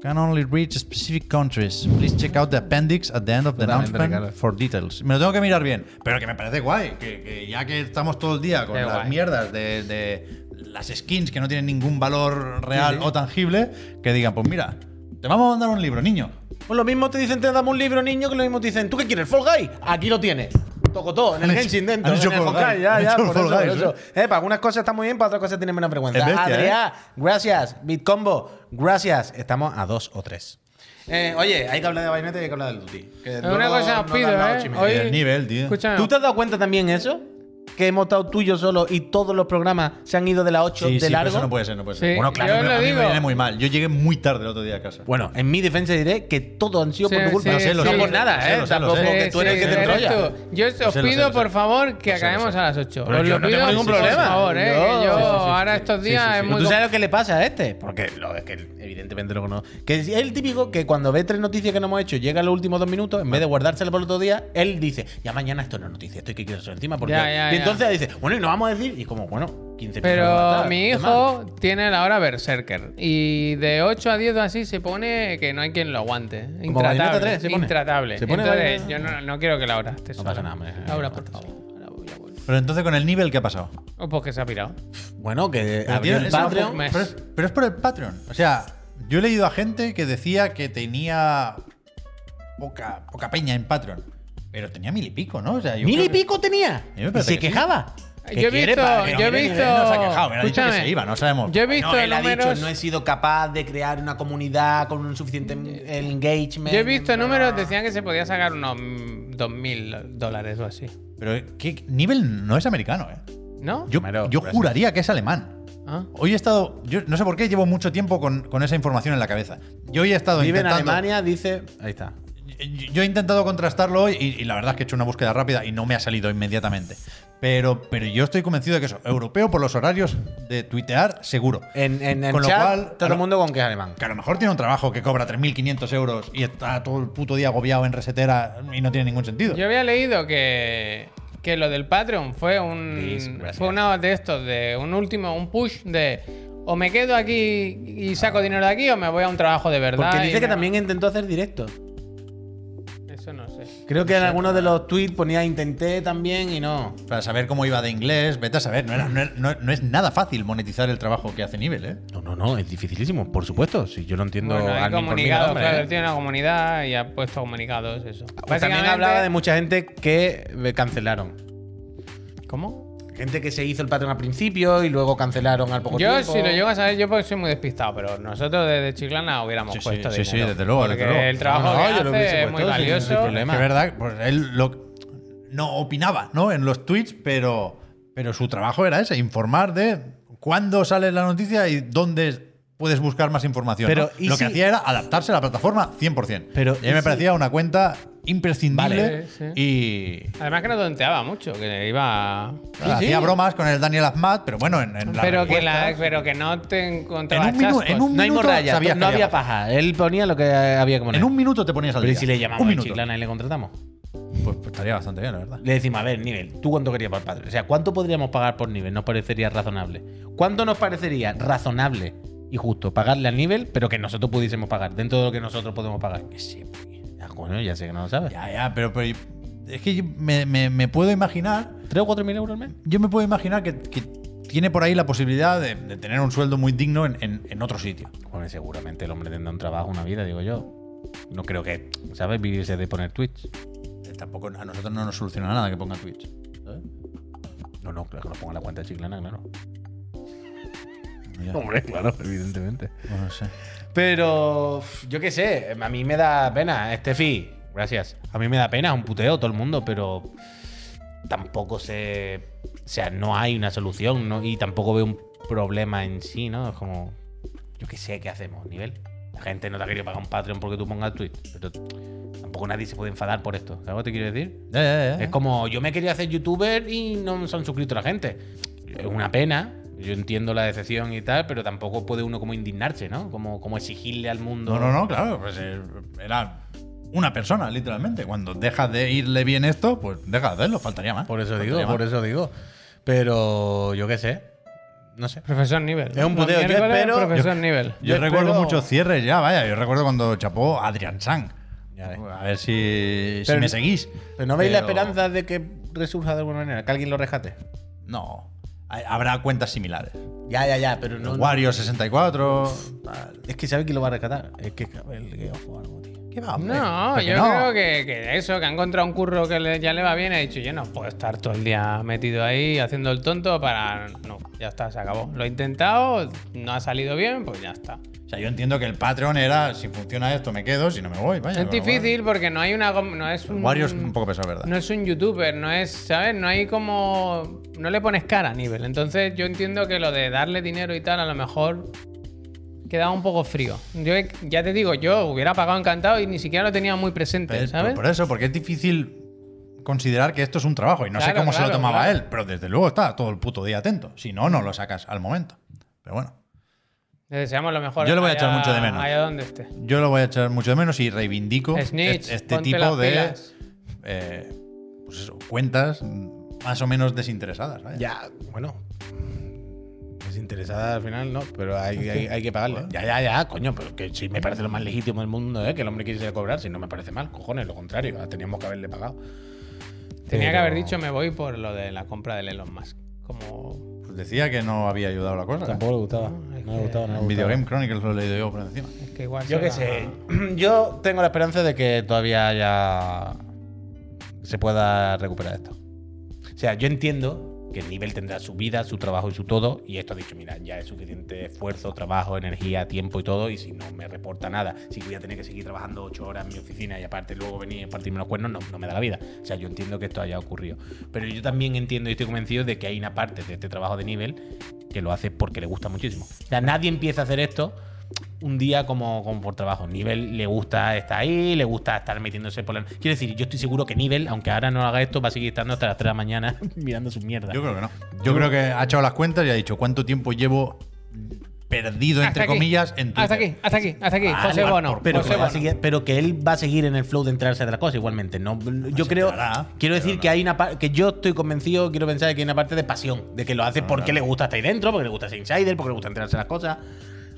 S1: Can only reach specific countries. Please check out the appendix at the end of the
S4: Totalmente,
S1: announcement
S4: Ricardo.
S1: for details. Me lo tengo que mirar bien, pero que me parece guay. Que, que ya que estamos todo el día con
S3: Qué
S1: las
S3: guay.
S1: mierdas de, de las skins que no tienen ningún valor real o tangible, que digan, pues mira, te vamos a mandar un libro, niño.
S2: Pues lo mismo te dicen, te damos un libro, niño, que lo mismo te dicen, ¿tú qué quieres? ¿Fall Guy? Aquí lo tienes. Tocotó, en el
S1: Han hecho-
S2: Genshin dentro.
S1: han hecho
S2: en el
S1: Fall
S2: Fall Guy,
S1: Guy,
S2: ya,
S1: han
S2: ya,
S1: hecho
S2: por
S1: Fall
S2: eso, por
S1: Guys,
S2: eso. Eh, para algunas cosas está muy bien, para otras cosas tiene menos vergüenza.
S1: Es bestia,
S2: Adrián, gracias. Bitcombo, gracias. Estamos a dos o tres. Eh, oye, hay que hablar de Bayonetta y hay que hablar del Duty. que
S3: Una
S2: luego
S3: cosa os
S2: nos
S3: pido,
S2: dan las
S3: ¿eh?
S2: ocho y media.
S3: Hoy-
S1: El nivel, tío.
S3: Escúchame,
S2: ¿Tú te has dado cuenta también eso? Que hemos estado tú y yo solo y todos los programas se han ido de las 8 de
S1: pero
S2: largo.
S1: eso no puede ser, no puede ser.
S3: Sí,
S1: bueno, claro,
S3: yo
S1: pero
S3: lo
S1: a mí
S3: digo.
S1: me viene muy mal. Yo llegué muy tarde el otro día a casa.
S2: Bueno, en mi defensa diré que todo han sido
S3: Sí,
S2: por tu culpa.
S3: sí, Lo sé, lo
S2: no
S3: sé,
S2: por
S3: lo
S2: nada,
S1: sé,
S2: ¿eh?
S1: lo sé, lo
S2: Tampoco
S1: sé.
S2: que tú eres el que te
S3: eres
S2: enrolla.
S3: tú. Yo os
S1: Lo sé, lo
S3: pido,
S1: sé, lo
S3: por
S1: sé.
S3: favor, que
S1: Lo sé, lo
S3: acabemos
S1: sé.
S3: a las 8.
S1: Pero
S3: Os
S1: yo
S3: lo
S1: no
S3: pido,
S1: tengo ningún problema.
S3: Por favor, eh.
S2: Yo-
S3: que Yo
S2: Sí, sí, sí,
S3: ahora estos días
S1: Sí, sí, sí.
S3: es
S2: Pero
S3: muy
S2: tú sabes lo que le pasa a este, porque lo es que él, evidentemente lo conozco. Que es el típico que cuando ve tres noticias que no hemos hecho, llega a los últimos dos minutos, en vez de guardársela para el otro día, él dice, ya mañana esto no es noticia, esto hay que quitarse encima. Porque...
S3: Ya, ya,
S2: y
S3: ya.
S2: entonces dice, bueno, y nos vamos a decir, y como, bueno, 15 minutos
S3: Pero
S2: más
S3: mi
S2: tarde, más.
S3: hijo tiene la hora Berserker. Y de 8 a 10 o así se pone que no hay quien lo aguante.
S2: Bayonetta
S3: Intratable.
S2: 3 se pone.
S3: Intratable.
S2: Se pone
S3: Entonces, yo
S2: Bayonetta.
S3: no, no quiero que Laura esté sola.
S2: pasa nada, hombre.
S3: Laura, por
S2: No pasa
S3: favor. Ahora voy a volver.
S1: Pero entonces con el nivel, ¿qué ha pasado?
S3: O porque pues se ha pirado.
S2: Bueno, que
S1: Pero,
S2: abrió
S1: tío,
S2: el
S1: eso no
S2: Patreon.
S1: puedo- pero es, pero es por el Patreon. O sea, yo he leído a gente que decía que tenía poca, poca peña en Patreon. Pero tenía mil y pico, ¿no? O sea, yo
S2: ¿Mil
S1: creo
S2: y
S1: que-
S2: pico tenía?
S1: mí me
S2: Y
S1: parece
S2: se
S1: que sí.
S2: quejaba. ¿Qué
S3: Yo he
S2: quiere,
S3: visto-
S2: padre?
S1: Pero
S3: yo he
S1: mira,
S3: visto-
S1: mira, no se ha quejado, me ha dicho que
S3: escúchame.
S1: se iba, no sabemos.
S3: Yo he
S2: No,
S3: visto
S2: él ha dicho,
S3: números.
S2: no he sido capaz de crear una comunidad con un suficiente engagement.
S3: Yo he visto números, decían que se podía sacar unos mm, 2.000 dólares o así.
S1: Pero ¿qué nivel no es americano, eh?
S3: ¿No?
S1: Yo,
S4: Homero,
S1: yo
S4: gracias.
S1: juraría que es alemán.
S3: Ah.
S1: Hoy he estado, yo no sé por qué, llevo mucho tiempo con, con esa información en la cabeza. Yo hoy he estado
S2: Vive en
S1: intentando-
S2: Alemania, dice. Ahí está.
S1: yo yo he intentado contrastarlo hoy y, y la verdad es que he hecho una búsqueda rápida y no me ha salido inmediatamente. Pero, pero yo estoy convencido de que eso, europeo por los horarios de tuitear, seguro.
S2: En, en, en
S1: Con lo
S2: chat,
S1: cual,
S2: todo
S1: a lo-
S2: el mundo con que es alemán.
S1: Que a lo mejor tiene un trabajo que cobra 3.500 euros y está todo el puto día agobiado en resetera y no tiene ningún sentido.
S3: Yo había leído que, que lo del Patreon fue
S2: Please,
S3: un
S2: gracias.
S3: fue una de estos, de un último, un push de o me quedo aquí y saco dinero de aquí o me voy a un trabajo de verdad.
S2: Porque
S3: y
S2: dice
S3: me-
S2: que también intentó hacer directos.
S3: Eso no sé.
S2: Creo que en algunos de los tweets ponía intenté también y no.
S1: Para saber cómo iba de inglés, vete a saber. No, era- no era- no- no es nada fácil monetizar el trabajo que hace Nivel, ¿eh?
S4: No, no, no, es dificilísimo, por supuesto. Si yo lo entiendo
S3: Bueno, hay
S4: al mil por mil
S3: comunicados,
S4: hombre,
S3: claro,
S4: ¿eh?
S3: él tiene una comunidad y ha puesto comunicados, eso.
S2: Pues también
S3: Básicamente-
S2: hablaba de mucha gente que eh, cancelaron.
S3: ¿Cómo?
S2: Gente que se hizo el Patreon al principio y luego cancelaron al poco
S3: Yo,
S2: tiempo.
S3: si lo llego a saber, yo porque soy muy despistado, pero nosotros desde Chiclana hubiéramos
S1: Sí, sí,
S3: puesto
S1: sí, sí,
S3: dinero.
S1: desde luego, desde
S3: Porque
S1: luego.
S3: el trabajo
S2: No, no,
S3: que
S2: yo lo
S3: hace
S2: hubiese
S3: es muy
S2: puesto, sí, no hay
S3: valioso.
S2: problema.
S1: Es verdad, pues él lo- no opinaba, ¿no? En los tweets, pero, pero su trabajo era ese, informar de cuándo sale la noticia y dónde puedes buscar más información.
S2: Pero,
S1: ¿no?
S2: ¿y
S1: Lo
S2: si-
S1: que hacía era adaptarse a la plataforma 100%.
S2: Pero,
S1: y a mí
S2: ¿y
S1: me
S2: si-
S1: parecía una cuenta imprescindible
S3: Vale. Sí, sí.
S1: y
S3: Además que no tonteaba mucho, que iba... a-
S1: claro, hacía bromas con el Daniel Azmat, pero bueno, en, en la
S3: Pero que,
S1: respuesta-
S3: la, pero que no te
S1: en
S3: encontrabas
S1: un, minu-
S3: chascos.
S1: en un
S2: No hay
S1: minuto
S2: morralla,
S1: sabías
S2: no
S1: que
S2: había paja. Él ponía lo que había que poner.
S1: En un minuto te ponías al
S2: Pero ¿y
S1: día.
S2: si le
S1: un
S2: llamamos a
S1: minuto.
S2: Chiclana y le contratamos?
S1: Pues, pues estaría bastante bien, la verdad.
S2: Le decimos, a ver, nivel, ¿tú cuánto querías por padre? O sea, ¿cuánto podríamos pagar por nivel? Nos parecería razonable. ¿Cuánto nos parecería razonable y justo pagarle al nivel, pero que nosotros pudiésemos pagar, dentro de lo que nosotros podemos pagar? Que sí, ya, coño, ya sé que no lo sabes.
S1: Ya, ya, pero, pero es que yo me- me- me puedo imaginar
S2: ¿Tres o cuatro mil euros al mes?
S1: yo me puedo imaginar que, que tiene por ahí la posibilidad de, de tener un sueldo muy digno en, en- en otro sitio.
S2: Bueno, seguramente el hombre tendrá un trabajo, una vida, digo yo. No creo que, ¿sabes? Vivirse de poner Twitch.
S1: Eh, Tampoco a nosotros no nos soluciona nada que ponga Twitch. ¿sabes?
S2: No, no, claro que no ponga la cuenta de chiclana, claro.
S1: Ya.
S2: Hombre, claro, evidentemente.
S1: No lo sé.
S2: Pero uf, yo qué sé, a mí me da pena, Estefi. Gracias. A mí me da pena, es un puteo todo el mundo, pero tampoco sé. O sea, no hay una solución, ¿no? Y tampoco veo un problema en sí, ¿no? Es como. Yo qué sé, ¿qué hacemos, nivel? La gente no te ha querido pagar un Patreon porque tú pongas tweet, pero tampoco nadie se puede enfadar por esto. ¿Sabes lo que te quiero decir?
S1: Ya, ya, ya.
S2: Es como, yo me quería hacer youtuber y no se han suscrito la gente. Es una pena. Yo entiendo la decepción y tal, pero tampoco puede uno como indignarse, ¿no? Como, como exigirle al mundo.
S1: No, no, no, claro. Pues eh, era una persona, literalmente. Cuando dejas de irle bien esto, pues deja de hacerlo, faltaría más.
S4: Por eso
S1: Faltaría
S4: digo,
S1: más.
S4: por eso digo. Pero yo qué sé. No sé.
S3: Profesor Nivel.
S4: Es un
S3: Los
S4: puteo, yo
S3: miércoles,
S4: espero-
S3: Profesor Nivel.
S1: Yo,
S4: Yo
S1: recuerdo
S4: espero-
S1: muchos cierres ya, vaya. Yo recuerdo cuando chapó Adrián Sang.
S4: Ya ves.
S1: A ver si, si
S4: Pero-
S1: me seguís.
S4: pero no veis la esperanza
S2: de que resurja de alguna manera, que alguien lo rescate.
S1: No. Hay- Habrá cuentas similares.
S2: Ya, ya, ya, pero no.
S1: Wario 64. tal.
S2: Es que sabe que lo va a rescatar. Es que el Geoff o algo, tío.
S1: ¿Qué va, hombre?
S3: No,
S1: Porque
S3: yo
S1: no.
S3: creo que, que eso, que ha encontrado un curro que le- ya le va bien, ha dicho, yo no puedo estar todo el día metido ahí haciendo el tonto para... No, ya está, se acabó. Lo he intentado, no ha salido bien, pues ya está.
S1: O sea, yo entiendo que el Patreon era, si funciona esto, me quedo, si no me voy. Vaya,
S3: es
S1: pero
S3: difícil porque no hay una... com- No es un,
S1: Bueno, Wario es un poco pesado, ¿verdad?
S3: No es un youtuber, no es, ¿sabes? No hay como... No le pones cara a nivel. Entonces yo entiendo que lo de darle dinero y tal a lo mejor quedaba un poco frío. Yo he- ya te digo, yo hubiera pagado encantado y ni siquiera lo tenía muy presente,
S1: Pero-
S3: ¿sabes?
S1: Por eso, porque es difícil considerar que esto es un trabajo. Y no sé
S3: Claro,
S1: cómo se lo
S3: claro,
S1: tomaba
S3: claro.
S1: él, pero desde luego está todo el puto día atento. Si no, no lo sacas al momento. Pero bueno,
S3: Le deseamos lo mejor.
S1: Yo le voy a
S3: allá-
S1: echar mucho de menos.
S3: Allá donde esté.
S1: yo lo voy a echar mucho de menos y reivindico
S3: Snitch,
S1: est- este
S3: ponte
S1: tipo
S3: las
S1: de
S3: pilas.
S1: eh, pues eso, cuentas más o menos desinteresadas. vaya.
S4: Ya, bueno. Es interesada al final, ¿no? Pero hay, hay- hay que pagarle. Ya, ya, ya, coño, pero que sí me parece lo más legítimo del mundo, ¿eh? Que el hombre quisiera cobrar, si no me parece mal, cojones, lo contrario, ah, teníamos que haberle pagado.
S3: Tenía que
S4: Pero-
S3: haber dicho me voy por lo de la compra del Elon Musk. Como.
S1: Pues decía que no había ayudado la cosa.
S2: le gustaba.
S3: no le gustaba, no
S1: En Video Game Chronicles lo he leído yo por encima.
S3: Es que igual
S2: Yo
S3: se
S2: qué
S3: va-
S2: sé. <clears throat> Yo tengo la esperanza de que todavía haya. se pueda recuperar esto. O sea, yo entiendo que el nivel tendrá su vida, su trabajo y su todo. Y esto ha dicho, mira, ya es suficiente esfuerzo, trabajo, energía, tiempo y todo. Y si no me reporta nada, si voy a tener que seguir trabajando ocho horas en mi oficina y aparte luego venir a partirme los cuernos, no, no me da la vida. O sea, yo entiendo que esto haya ocurrido. Pero yo también entiendo y estoy convencido de que hay una parte de este trabajo de nivel que lo hace porque le gusta muchísimo. O sea, nadie empieza a hacer esto un día como, como por trabajo. Nivel le gusta estar ahí, le gusta estar metiéndose por la... Quiero decir, yo estoy seguro que Nivel, aunque ahora no haga esto, va a seguir estando hasta las 3 de la mañana <laughs> mirando su mierda.
S1: Yo creo que no. Yo creo que ha echado las cuentas y ha dicho cuánto tiempo llevo perdido,
S3: Hasta
S1: entre
S3: aquí.
S1: comillas, en Twitter.
S3: Hasta aquí, hasta aquí, hasta aquí.
S1: Ah,
S3: José
S1: vale,
S3: Bono.
S1: por-
S3: Pero,
S1: pero-
S2: pero,
S3: José
S2: que va a
S3: Bono.
S2: seguir- pero que él va a seguir en el flow de entrarse de la cosa igualmente. No, yo
S1: se
S2: creo,
S1: entrará,
S2: quiero decir
S1: pero
S2: que
S1: no.
S2: hay una parte, que yo estoy convencido, quiero pensar que hay una parte de pasión, de que lo hace porque le gusta estar ahí dentro, porque le gusta ser insider, porque le gusta enterarse de las cosas.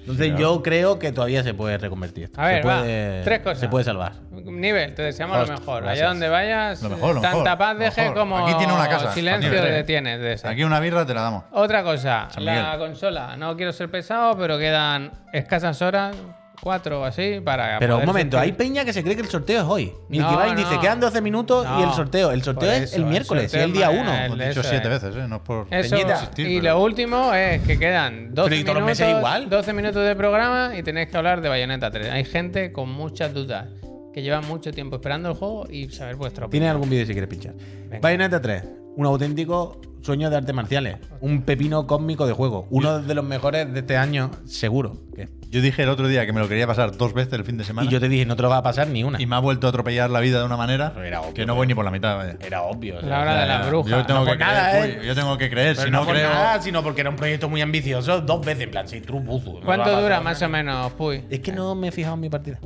S2: Entonces yo creo que todavía se puede reconvertir esto.
S3: A ver,
S2: se
S3: va.
S2: puede-
S3: Tres cosas.
S2: Se puede salvar.
S3: Nivel, te deseamos lo
S2: Host,
S3: mejor. Allá
S2: gracias.
S3: donde vayas,
S1: Lo mejor, lo
S3: tanta
S1: mejor,
S3: paz
S1: lo
S3: deje
S1: mejor.
S3: como
S1: Aquí tiene una casa,
S3: silencio
S1: Nivel.
S3: de tienes de esa.
S1: Aquí una birra te la damos.
S3: Otra cosa,
S1: San
S3: la
S1: Miguel.
S3: consola. No quiero ser pesado, pero quedan escasas horas, cuatro o así, para.
S2: Pero un
S3: poder
S2: momento, hay
S3: sortear.
S2: peña que se cree que el sorteo es hoy. Milky
S3: No,
S2: Bay
S3: no.
S2: dice, quedan 12 minutos y
S3: No,
S2: el sorteo. El sorteo
S3: por
S2: es
S3: eso,
S2: el
S3: el
S2: miércoles, y
S3: sorteo
S2: el día
S3: es
S2: 1.
S3: mañana,
S1: Hemos
S3: el-
S1: dicho
S3: eso
S1: siete
S3: es.
S1: veces, ¿eh? No es por
S3: Eso,
S1: peñita insistir,
S3: y
S1: pero-
S3: lo último es que quedan 12
S2: Pero y
S3: minutos,
S2: todos los meses igual.
S3: 12 minutos de programa y tenéis que hablar de Bayonetta 3. Hay gente con muchas dudas que lleva mucho tiempo esperando el juego y saber vuestra opinión.
S2: ¿Tienes algún vídeo si quieres pinchar? Bayonetta 3, un auténtico sueño de artes marciales. Un pepino cósmico de juego. Uno de los mejores de este año, seguro. ¿Qué?
S1: Yo dije el otro día que me lo quería pasar dos veces el fin de semana.
S2: Y yo te dije, no te lo va a pasar ni una.
S1: Y me ha vuelto a atropellar la vida de una manera
S2: Pero era obvio,
S1: que no voy ni por la mitad. vaya.
S2: Era obvio. o sea,
S3: La hora
S2: o sea,
S3: de la
S2: era-
S3: bruja.
S1: Yo tengo,
S2: no
S1: que
S2: por nada,
S1: creer,
S2: ¿eh?
S1: uy, yo tengo que creer,
S2: Pero
S1: si
S2: no,
S1: no,
S2: por
S1: creo.
S2: nada, sino porque era un proyecto muy ambicioso. Dos veces, en plan, sí, trubuzo.
S3: ¿Cuánto dura más o menos, Puy?
S2: Es
S1: Ah.
S2: que no me he fijado en mi partida.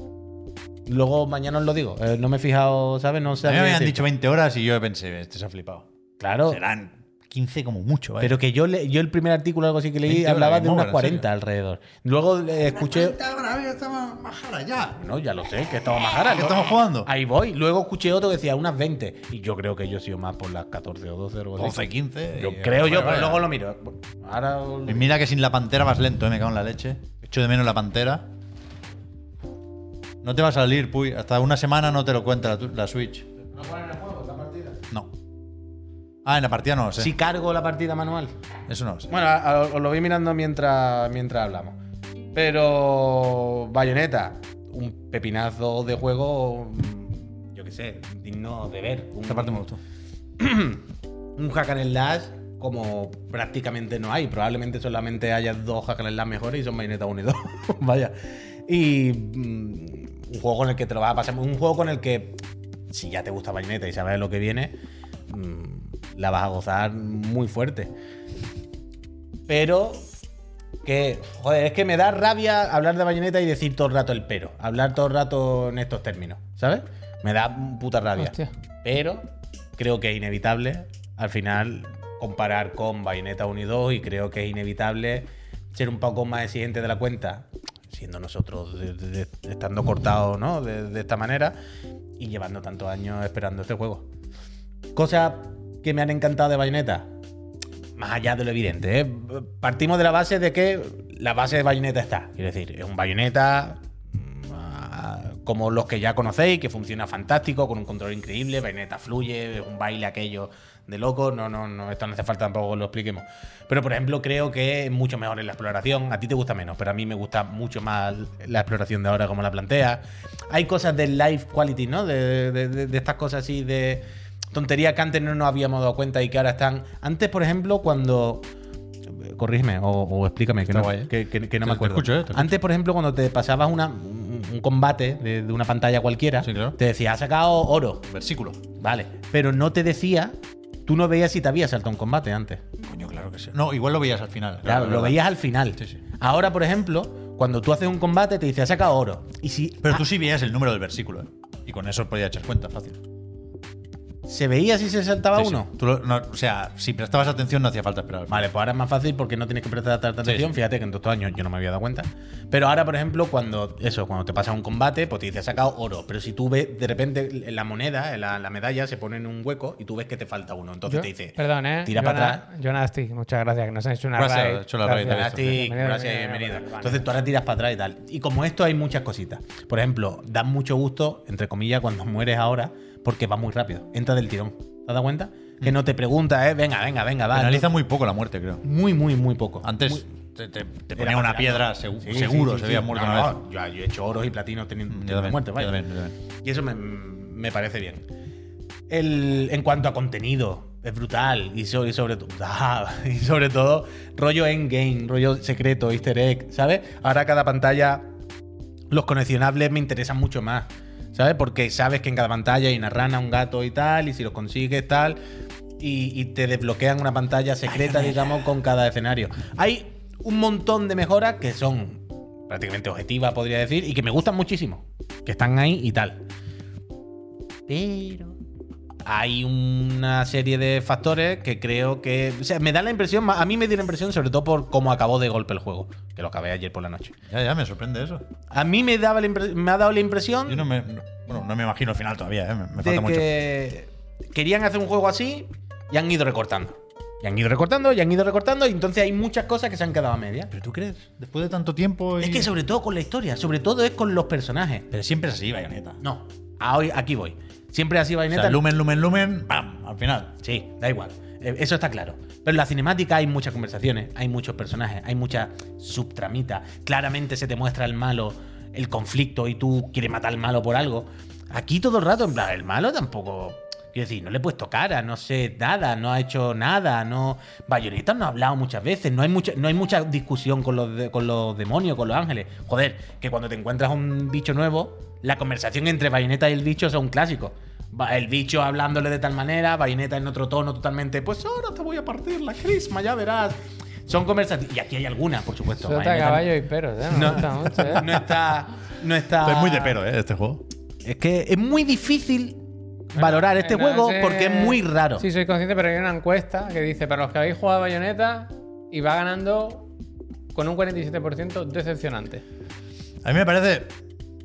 S2: Luego mañana os lo digo. Eh, no me he fijado, ¿sabes? No sé.
S1: A mí me habían dicho 20 horas y yo pensé, este se ha flipado.
S2: Claro.
S1: Serán 15 como mucho, vaya.
S2: Pero que yo, le- yo el primer artículo algo así que leí
S1: 20 horas,
S2: hablaba
S1: Game
S2: de unas
S1: Over,
S2: 40
S1: en
S2: alrededor. Luego eh, escuché...
S1: estamos majada ya.
S2: No, ya lo sé, que estamos más caras.
S1: ¿Qué estamos jugando?
S2: Ahí voy. Luego escuché otro que decía unas 20. Y yo creo que yo he sido más por las 14 o 12 o algo así.
S1: 12, 15.
S2: Yo
S1: y-
S2: creo yo,
S1: vaya,
S2: pero
S1: vaya.
S2: luego lo miro. Ahora... lo-
S1: Y mira que sin la pantera vas lento, eh, me cago en la leche. Echo de menos la pantera. No te va a salir, Puy. Hasta una semana no te lo cuenta la, tu- la Switch. No. Ah, en la partida no lo sé.
S2: Si cargo la partida manual.
S1: Eso no lo sé.
S2: Bueno, a- a- os lo voy mirando mientras, mientras hablamos. Pero. Bayonetta, un pepinazo de juego. mm, Yo qué sé, digno de ver. Un,
S1: Esta parte me gustó.
S2: un hack and slash como prácticamente no hay. Probablemente solamente haya dos hack and slash mejores y son Bayonetta 1 y 2. <laughs> Vaya. Y mm, un juego con el que te lo vas a pasar. Un juego con el que, si ya te gusta Bayonetta y sabes lo que viene, mm, la vas a gozar muy fuerte. Pero que, joder, es que me da rabia hablar de Bayonetta y decir todo el rato el pero. Hablar todo el rato en estos términos, ¿sabes? Me da puta rabia.
S3: Hostia.
S2: Pero creo que es inevitable al final comparar con Bayonetta 1 y 2 y creo que es inevitable ser un poco más exigente de la cuenta, siendo nosotros de- de- de- estando cortados, ¿no? De, de esta manera y llevando tantos años esperando este juego. Cosas que me han encantado de Bayonetta, más allá de lo evidente, ¿eh? partimos de la base de que la base de Bayonetta está. Quiero decir, es un Bayonetta mm, ah, como los que ya conocéis, que funciona fantástico, con un control increíble, Bayonetta fluye, es un baile aquello de loco. No, no, no, esto no hace falta tampoco que lo expliquemos. Pero, por ejemplo, creo que es mucho mejor en la exploración. A ti te gusta menos, pero a mí me gusta mucho más la exploración de ahora, como la plantea. Hay cosas de life quality, ¿no? De- de- de- de estas cosas así de tonterías que antes no nos habíamos dado cuenta y que ahora están. Antes, por ejemplo, cuando. Corrígeme o, o explícame, que
S1: Está
S2: no,
S1: guay, ¿eh?
S2: que, que- que no
S1: Te-
S2: me
S1: te
S2: acuerdo.
S1: escucho, eh, te escucho.
S2: Antes, por ejemplo, cuando te pasabas una, un, un combate de, de una pantalla cualquiera,
S1: Sí, claro.
S2: te decía, ha sacado oro.
S1: Versículo.
S2: Vale. Pero no te decía, tú no veías si te había saltado un combate antes.
S1: Coño, claro que sí. No, igual lo veías al final.
S2: Claro, lo
S1: verdad.
S2: veías al final.
S1: Sí, sí.
S2: Ahora, por ejemplo, cuando tú haces un combate, te dice, ha sacado oro. Y si
S1: Pero tú sí veías el número del versículo, ¿eh? Y con eso podías echar cuenta fácil.
S2: se veía si se saltaba
S1: Sí, sí.
S2: uno.
S1: Tú lo- no, o sea, si prestabas atención no hacía falta esperar. al final.
S2: Vale, pues ahora es más fácil porque no tienes que prestar tanta atención.
S1: sí.
S2: Fíjate que en todos estos años yo no me había dado cuenta. Pero ahora, por ejemplo, cuando eso, cuando te pasa un combate, pues te dice, ha sacado oro. Pero si tú ves, de repente, la moneda, la, la medalla, se pone en un hueco y tú ves que te falta uno. Entonces
S3: Yo-
S2: te dice,
S3: Perdón, ¿eh?
S2: tira
S3: Jonas-
S2: para atrás.
S3: Jonasti, muchas gracias, que nos han hecho una
S1: Gracias,
S3: raid.
S1: ha hecho la raid,
S3: Gracias.
S1: gracias.
S2: Gracias,
S3: Bienvenido,
S2: gracias,
S3: bienvenido.
S2: bienvenido. Entonces tú ahora tiras para atrás y tal. Y como esto hay muchas cositas. Por ejemplo, da mucho gusto, entre comillas, cuando mueres ahora, porque va muy rápido. Entra del tirón. ¿Te has dado cuenta?
S1: Mm.
S2: Que no te pregunta, eh, venga, venga, venga, va.
S1: Analiza muy poco la muerte, creo.
S2: muy, muy, muy poco.
S1: Antes
S2: Muy-
S1: te, te- te
S2: Era
S1: ponía una
S2: fácil,
S1: piedra,
S2: ¿no?
S1: segu-
S2: Sí,
S1: seguro
S2: sí, sí,
S1: se había
S2: sí.
S1: muerto
S2: No,
S1: una vez. Mm,
S2: no, Yo, yo he hecho oros y platinos teniendo,
S1: Yo
S2: teniendo
S1: también,
S2: muerte,
S1: yo
S2: vaya.
S1: también, yo también.
S2: Y eso me, me parece bien. El, en cuanto a contenido, es brutal. Y sobre, y sobre todo. <laughs> y sobre todo, rollo endgame, rollo secreto, easter egg, ¿sabes? Ahora cada pantalla. Los coleccionables me interesan mucho más. ¿Sabes? Porque sabes que en cada pantalla hay una rana, un gato y tal. Y si los consigues, tal. Y, y te desbloquean una pantalla secreta, digamos, con cada escenario. Hay un montón de mejoras que son prácticamente objetivas, podría decir, y que me gustan muchísimo. Que están ahí y tal. Pero hay una serie de factores que creo que. O sea, me da la impresión, a mí me dio la impresión, sobre todo por cómo acabó de golpe el juego, que lo acabé ayer por la noche.
S1: Ya, ya, me sorprende eso.
S2: A mí me, daba la impre- me ha dado la impresión
S1: Yo no me. no- bueno, no me imagino el final todavía, ¿eh? Me, me
S2: de
S1: falta mucho.
S2: que querían hacer un juego así y han ido recortando. Y han ido recortando, y han ido recortando, y entonces hay muchas cosas que se han quedado a media.
S1: ¿Pero tú crees? Después de tanto tiempo. y-
S2: Es que sobre todo con la historia, sobre todo es con los personajes.
S1: Pero siempre es así, Bayonetta.
S2: No, a hoy, aquí voy. Siempre así,
S1: O
S2: Bayonetta.
S1: sea, lumen, lumen, lumen, ¡pam! Al final.
S2: Sí, da igual. Eh, Eso está claro. Pero en la cinemática hay muchas conversaciones, hay muchos personajes, hay muchas subtramitas. Claramente se te muestra el malo, el conflicto y tú quieres matar al malo por algo. Aquí todo el rato, en plan, el malo tampoco. Quiero decir, no le he puesto cara, no sé nada, no ha hecho nada, no. Bayonetta no ha hablado muchas veces, no hay mucha, no hay mucha discusión con los, de- con los demonios, con los ángeles. Joder, que cuando te encuentras un bicho nuevo, la conversación entre Bayonetta y el bicho es un clásico. Va- El bicho hablándole de tal manera, Bayonetta en otro tono totalmente, pues ahora te voy a partir la crisma, ya verás. Son conversaciones. Y aquí hay algunas, por supuesto.
S3: Sota,
S2: Bayonetta
S3: caballo y perros, ¿eh? Me
S2: No.
S3: gusta mucho, ¿eh?
S2: <laughs> No está. No está.
S1: Es muy de pero, ¿eh? Este juego.
S2: Es que es muy difícil valorar este
S3: Bueno,
S2: juego
S3: ese-
S2: porque es muy raro.
S3: Sí, soy consciente, pero hay una encuesta que dice: para los que habéis jugado a Bayonetta y va ganando con un 47% decepcionante.
S1: A mí me parece,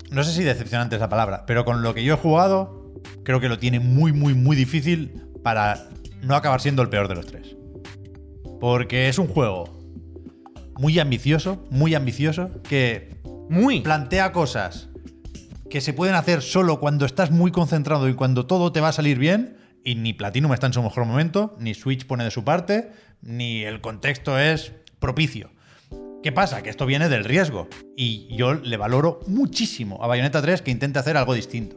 S1: no sé si decepcionante esa palabra, pero con lo que yo he jugado, creo que lo tiene muy, muy, muy difícil para no acabar siendo el peor de los tres. Porque es un juego muy ambicioso, muy ambicioso, que
S2: Muy.
S1: plantea cosas que se pueden hacer solo cuando estás muy concentrado y cuando todo te va a salir bien. Y ni Platinum está en su mejor momento, ni Switch pone de su parte, ni el contexto es propicio. ¿Qué pasa? Que esto viene del riesgo. Y yo le valoro muchísimo a Bayonetta 3 que intente hacer algo distinto.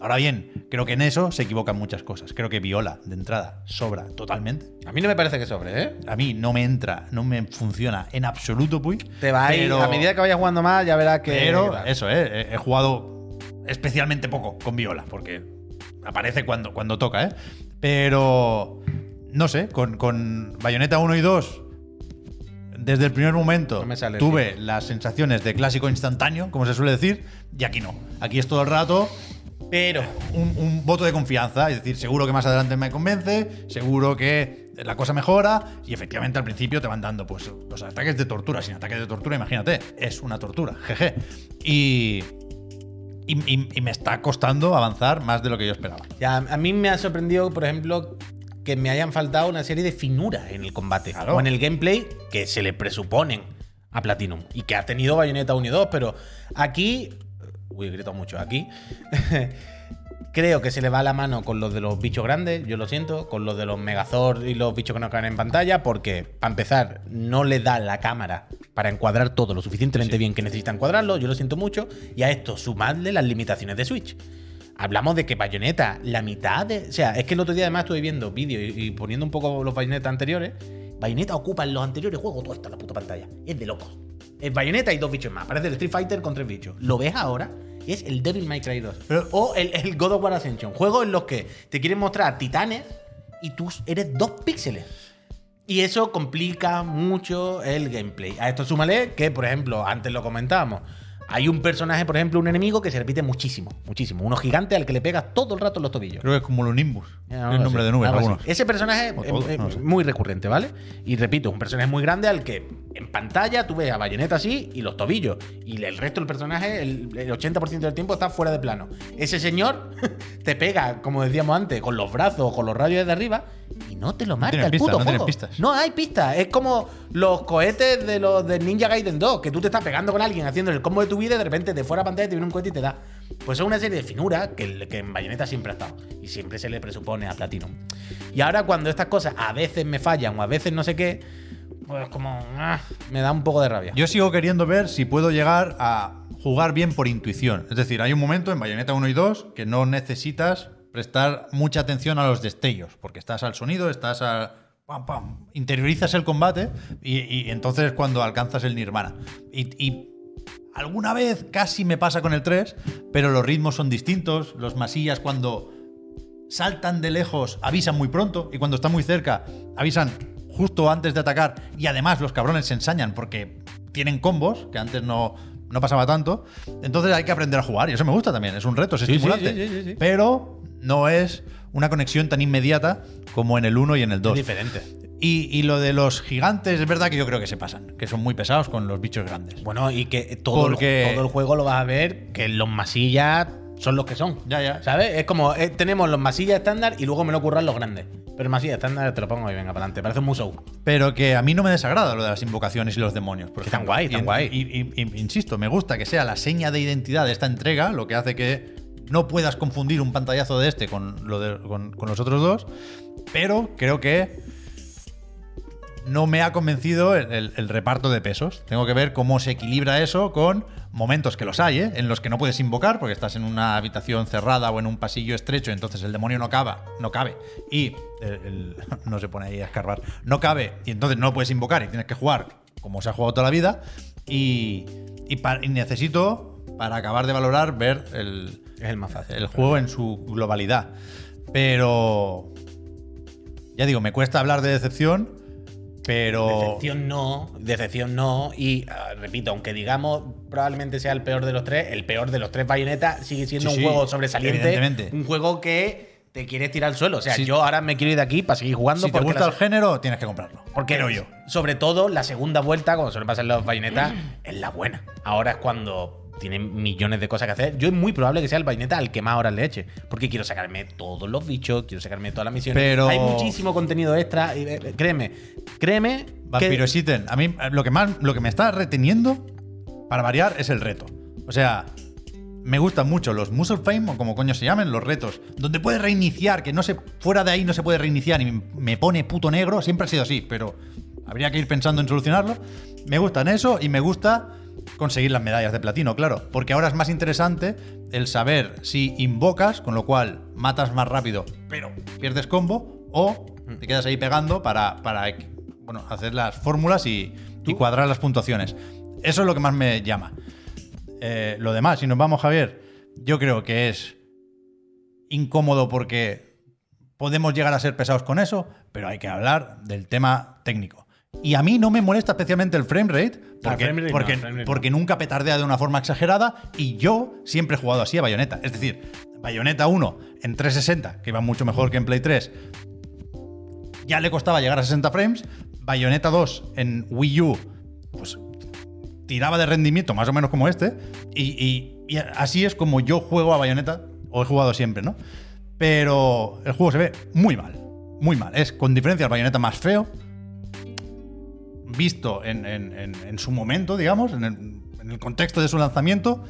S1: Ahora bien, creo que en eso se equivocan muchas cosas. Creo que Viola, de entrada, sobra totalmente.
S2: A mí no me parece que sobre, ¿eh?
S1: A mí no me entra, no me funciona en absoluto, Puy.
S2: Te va a ir.
S1: pero-
S2: A medida que vayas jugando más, ya verás que.
S1: pero eso, eh, he he jugado especialmente poco con Viola, porque aparece cuando, cuando toca, ¿eh? Pero, no sé, con, con Bayonetta 1 y 2, desde el primer momento
S2: No me sale el
S1: tuve las sensaciones de clásico instantáneo, como se suele decir, y aquí no. Aquí es todo el rato
S2: Pero.
S1: un, un voto de confianza, es decir, seguro que más adelante me convence, seguro que la cosa mejora y efectivamente al principio te van dando pues los ataques de tortura, sin ataques de tortura, imagínate, es una tortura, jeje. Y, y- y- y me está costando avanzar más de lo que yo esperaba.
S2: Ya, a mí me ha sorprendido, por ejemplo, que me hayan faltado una serie de finuras en el combate
S1: Claro.
S2: o en el gameplay que se le presuponen a Platinum y que ha tenido Bayonetta 1 y 2, pero aquí. Uy, he gritado mucho. Aquí. <laughs> Creo que se le va la mano con los de los bichos grandes, yo lo siento, con los de los Megazord y los bichos que no caen en pantalla, porque, para empezar, no le da la cámara para encuadrar todo lo suficientemente bien que necesitan encuadrarlo, yo lo siento mucho, y a esto sumadle las limitaciones de Switch. Hablamos de que Bayonetta, la mitad de. O sea, es que el otro día además estuve viendo vídeos y, y poniendo un poco los Bayonetta anteriores. Bayonetta ocupa en los anteriores juegos toda esta la puta pantalla. Es de locos. Es Bayonetta y dos bichos más. Parece el Street Fighter con tres bichos. Lo ves ahora y es el Devil May Cry 2.
S1: Pero-
S2: o el, el God of War Ascension. Juegos en los que te quieren mostrar titanes y tú eres dos píxeles. Y eso complica mucho el gameplay. A esto súmale que, por ejemplo, antes lo comentábamos. Hay un personaje, por ejemplo, un enemigo que se repite muchísimo, muchísimo. Uno gigante al que le pegas todo el rato en los tobillos.
S1: Creo que es como Nimbus,
S2: Algo
S1: el nombre
S2: así,
S1: de nubes,
S2: algo así.
S1: algunos.
S2: Ese personaje
S1: O
S2: es-
S1: todos,
S2: es
S1: no lo sé.
S2: muy recurrente, ¿vale? Y repito, es un personaje muy grande al que en pantalla tú ves a Bayonetta así y los tobillos. Y el resto del personaje, el, el 80% del tiempo, está fuera de plano. Ese señor <laughs> te pega, como decíamos antes, con los brazos o con los rayos de arriba y no te lo marca
S1: tienen
S2: el
S1: pistas,
S2: puto
S1: no tienen
S2: juego.
S1: pistas.
S2: No hay pistas. Es como los cohetes de los de Ninja Gaiden 2, que tú te estás pegando con alguien haciendo el combo de tu vida y de repente de fuera de pantalla te viene un cohete y te da. Pues es una serie de finuras que, el- que en Bayonetta siempre ha estado. Y siempre se le presupone a Platinum. Y ahora cuando estas cosas a veces me fallan o a veces no sé qué, pues como. ah, me da un poco de rabia.
S1: Yo sigo queriendo ver si puedo llegar a jugar bien por intuición. Es decir, hay un momento en Bayonetta 1 y 2 que no necesitas prestar mucha atención a los destellos, porque estás al sonido, estás al... Pam, pam, interiorizas el combate y, y entonces cuando alcanzas el nirvana. Y, y alguna vez casi me pasa con el 3, pero los ritmos son distintos, los masillas cuando saltan de lejos avisan muy pronto y cuando están muy cerca avisan justo antes de atacar y además los cabrones se ensañan porque tienen combos que antes no, no pasaba tanto. Entonces hay que aprender a jugar y eso me gusta también, es un reto, es
S2: Sí, sí,
S1: estimulante.
S2: sí, sí, sí, sí.
S1: Pero no es una conexión tan inmediata como en el 1 y en el 2.
S2: diferente.
S1: Y, y lo de los gigantes, es verdad que yo creo que se pasan, que son muy pesados con los bichos grandes.
S2: Bueno, y que todo,
S1: Porque-
S2: el, todo el juego lo vas a ver que los masillas son los que son.
S1: Ya, ya.
S2: ¿Sabes? Es como, eh, tenemos los masillas estándar y luego me lo curran los grandes. Pero masillas estándar te lo pongo y venga, para adelante. Parece un musou.
S1: Pero que a mí no me desagrada lo de las invocaciones y los demonios. por
S2: Que están
S1: ejemplo.
S2: guay, están
S1: Y-
S2: guay.
S1: Y, y- y- insisto, me gusta que sea la seña de identidad de esta entrega, lo que hace que no puedas confundir un pantallazo de este con, lo de- con- con los otros dos. Pero creo que no me ha convencido el, el- el reparto de pesos. Tengo que ver cómo se equilibra eso con momentos que los hay, ¿eh? en los que no puedes invocar porque estás en una habitación cerrada o en un pasillo estrecho, entonces el demonio no cabe, no cabe. Y el- <laughs> el- no se pone ahí a escarbar. No cabe y entonces no lo puedes invocar y tienes que jugar como se ha jugado toda la vida. Y, y pa- y necesito, para acabar de valorar, ver el,
S2: Es el más fácil.
S1: el juego en su globalidad. Pero. Ya digo, me cuesta hablar de decepción, pero.
S2: Decepción no, decepción no. Y ah, repito, aunque digamos probablemente sea el peor de los tres, el peor de los tres Bayonetta sigue siendo
S1: Sí,
S2: un
S1: sí,
S2: juego sobresaliente.
S1: evidentemente.
S2: Un juego que te quieres tirar al suelo. O sea,
S1: Si-
S2: yo ahora me quiero ir de aquí para seguir jugando.
S1: Si te
S2: porque
S1: gusta
S2: la-
S1: el género, tienes que comprarlo.
S2: Porque
S1: creo yo.
S2: Sobre todo la segunda vuelta, como suele pasar en los bayonetas, es la buena. Ahora es cuando tienen millones de cosas que hacer. Yo es muy probable que sea el bayoneta al que más horas le eche. Porque quiero sacarme todos los bichos, quiero sacarme todas las misiones.
S1: Pero-
S2: Hay muchísimo contenido extra. y, eh, créeme, créeme.
S1: Vampiro Shitten, a mí eh, lo que más lo que me está reteniendo para variar es el reto. O sea, me gustan mucho los Muscle Fame o como coño se llamen, los retos, donde puedes reiniciar, que no se fuera de ahí no se puede reiniciar y me pone puto negro, siempre ha sido así, pero habría que ir pensando en solucionarlo. Me gustan eso y me gusta conseguir las medallas de platino, claro, porque ahora es más interesante el saber si invocas, con lo cual matas más rápido, pero pierdes combo o te quedas ahí pegando para, para bueno, hacer las fórmulas y, y cuadrar las puntuaciones. Eso es lo que más me llama. Eh, lo demás, si nos vamos, Javier, yo creo que es incómodo porque podemos llegar a ser pesados con eso, pero hay que hablar del tema técnico. Y a mí no me molesta especialmente el frame rate, porque,
S2: frame rate no,
S1: porque,
S2: frame rate no.
S1: porque nunca petardea de una forma exagerada y yo siempre he jugado así a Bayonetta. Es decir, Bayonetta 1 en 360, que iba mucho mejor que en Play 3, ya le costaba llegar a 60 frames. Bayonetta 2 en Wii U, pues tiraba de rendimiento más o menos como este. Y, y- y así es como yo juego a Bayonetta, o he jugado siempre, ¿no? Pero el juego se ve muy mal, muy mal. Es con diferencia el Bayonetta más feo, visto en, en- en- en su momento, digamos, en el, en el contexto de su lanzamiento.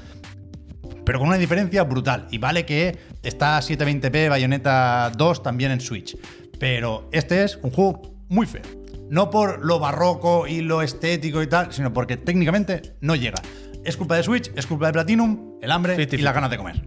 S1: Pero con una diferencia brutal. Y vale que está a 720p Bayonetta 2 también en Switch. Pero este es un juego muy feo. No por lo barroco y lo estético y tal, sino porque técnicamente no llega. Es culpa de Switch, es culpa de Platinum, el hambre y las ganas de comer.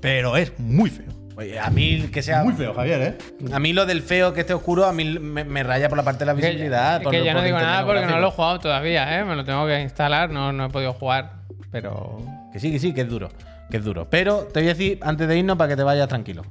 S1: Pero es muy feo.
S2: Oye, a mí que sea.
S1: Muy feo, Javier, ¿eh?
S2: A mí lo del feo que esté oscuro, a mí me, me raya por la parte de la
S3: Que-
S2: visibilidad.
S3: es
S2: por
S3: que
S2: lo-
S3: yo no
S2: por
S3: digo
S2: el
S3: nada
S2: tema
S3: porque no
S2: gráfico.
S3: lo he jugado todavía, ¿eh? Me lo tengo que instalar, no, no he podido jugar, pero...
S2: Que sí, que sí, que es duro. Que es duro. Pero te voy a decir antes de irnos para que te vayas tranquilo.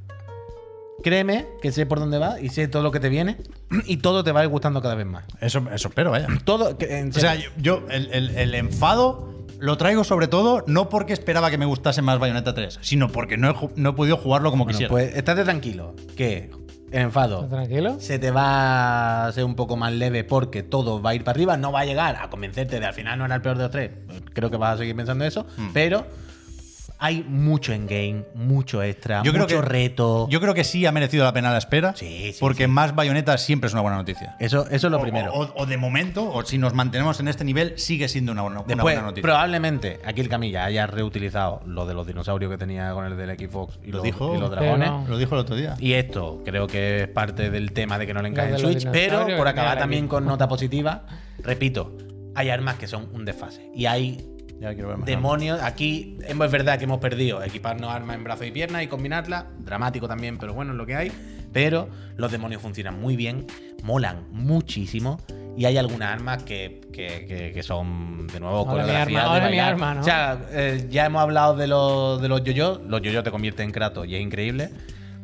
S2: Créeme que sé por dónde vas y sé todo lo que te viene <clears throat> y todo te va a ir gustando cada vez más.
S1: Eso, eso espero, vaya.
S2: Todo. que- en
S1: O sea,
S2: serio.
S1: yo, yo el, el- el enfado lo traigo sobre todo no porque esperaba que me gustase más Bayonetta 3, sino porque no he, ju- no he podido jugarlo como
S2: Bueno,
S1: quisiera.
S2: pues estate tranquilo. Que el enfado
S3: ¿Tranquilo?
S2: se te va a ser un poco más leve porque todo va a ir para arriba. No va a llegar a convencerte de al final no era el peor de los tres. Creo que vas a seguir pensando eso.
S1: Mm.
S2: Pero hay mucho en game, mucho extra,
S1: Yo creo
S2: mucho
S1: que-
S2: reto.
S1: Yo creo que sí ha merecido la pena la espera.
S2: Sí, sí,
S1: porque más bayonetas siempre es una buena noticia.
S2: Eso, eso es lo primero.
S1: O, o- o de momento, o si nos mantenemos en este nivel, sigue siendo una, buena- una
S2: Después,
S1: buena noticia.
S2: probablemente aquí el Camilla haya reutilizado lo de los dinosaurios que tenía con el del Xbox y,
S1: Lo
S2: los,
S1: dijo.
S2: y los dragones.
S3: Pero no.
S1: Lo dijo el otro día.
S2: Y esto creo que es parte del tema de que no le encaje
S3: Lo
S2: en
S3: de los
S2: Switch. Pero
S3: dinosaurios
S2: por
S3: que
S2: acabar
S3: tenía el
S2: también
S3: Xbox.
S2: con nota positiva, repito, hay armas que son un desfase. Y hay
S1: Ya quiero ver más.
S2: Demonios, aquí hemos- es verdad que hemos perdido equiparnos armas en brazos y piernas y combinarlas. Dramático también, pero bueno, es lo que hay. Pero los demonios funcionan muy bien, molan muchísimo. Y hay algunas armas que, que- que- que son, de nuevo,
S3: Ahora mi
S2: coreografías
S3: arma,
S2: de
S3: ahora mi
S2: bailar.
S3: arma, ¿no?
S2: O sea, eh, ya hemos hablado de los, de los yo-yo. Los yo-yo te convierten en Kratos y es increíble.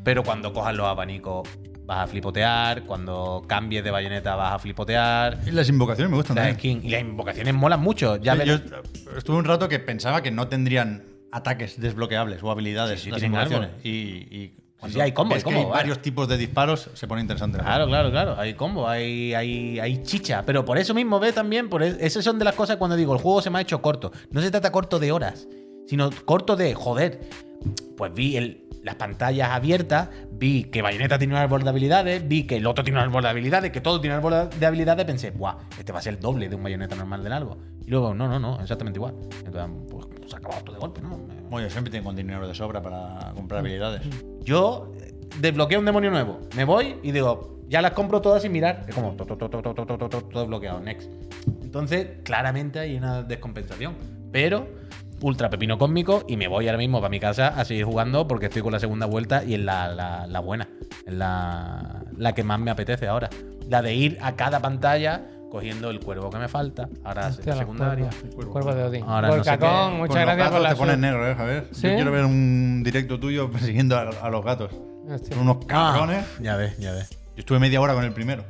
S2: Pero cuando cojas los abanicos vas a flipotear. Cuando cambies de bayoneta vas a flipotear.
S1: Y las invocaciones me gustan
S2: O sea, es
S1: también.
S2: que- y las invocaciones molan mucho. Ya
S1: Sí,
S2: verás-
S1: yo eh, estuve un rato que pensaba que no tendrían ataques desbloqueables o habilidades
S2: Sí, sí,
S1: las
S2: tienen
S1: invocaciones.
S2: algo.
S1: Y, y
S2: sí, hay combo,
S1: ves
S2: hay
S1: que
S2: combo, vale.
S1: varios tipos de disparos se pone interesante.
S2: Claro, claro, claro. Hay combo, hay, hay, hay chicha. Pero por eso mismo ve también, por es- esas son de las cosas cuando digo, el juego se me ha hecho corto. No se trata corto de horas, sino corto de, joder, pues vi el- las pantallas abiertas, vi que Bayonetta tiene un árbol de habilidades, vi que el otro tiene un árbol de habilidades, que todo tiene un árbol de habilidades, pensé, guau, este va a ser el doble de un Bayonetta normal del árbol. Y luego, no, no, no, exactamente igual. Entonces, pues, se ha acabado todo de golpe, ¿no?
S1: Bueno, yo siempre tengo dinero de sobra para comprar habilidades.
S2: Yo eh, desbloqueo un demonio nuevo. Me voy y digo, ya las compro todas sin mirar. Es como to, to, to, to, to, to, to, to, to, todo bloqueado, next. Entonces, claramente hay una descompensación. Pero, ultra pepino cósmico y me voy ahora mismo para mi casa a seguir jugando porque estoy con la segunda vuelta y es la, la- la buena. Es la, la que más me apetece ahora. La de ir a cada pantalla cogiendo el cuervo que me falta. Ahora
S3: Hostia, los
S2: Este, secundaria.
S3: cuervos, Cuervos de Odín.
S2: Ahora no sé
S3: Volcacón,
S2: qué-
S1: Con
S3: muchas
S1: los
S3: gracias
S1: gatos
S3: por
S1: te
S3: la
S1: pones
S3: sub.
S1: negro, ¿eh, Javier?
S3: ¿Sí?
S1: Yo quiero ver un directo tuyo <laughs> persiguiendo a, a los gatos.
S3: Hostia.
S1: Son
S2: Ah.
S1: unos cabrones.
S2: Ya ves, ya ves.
S1: Yo estuve media hora con el primero.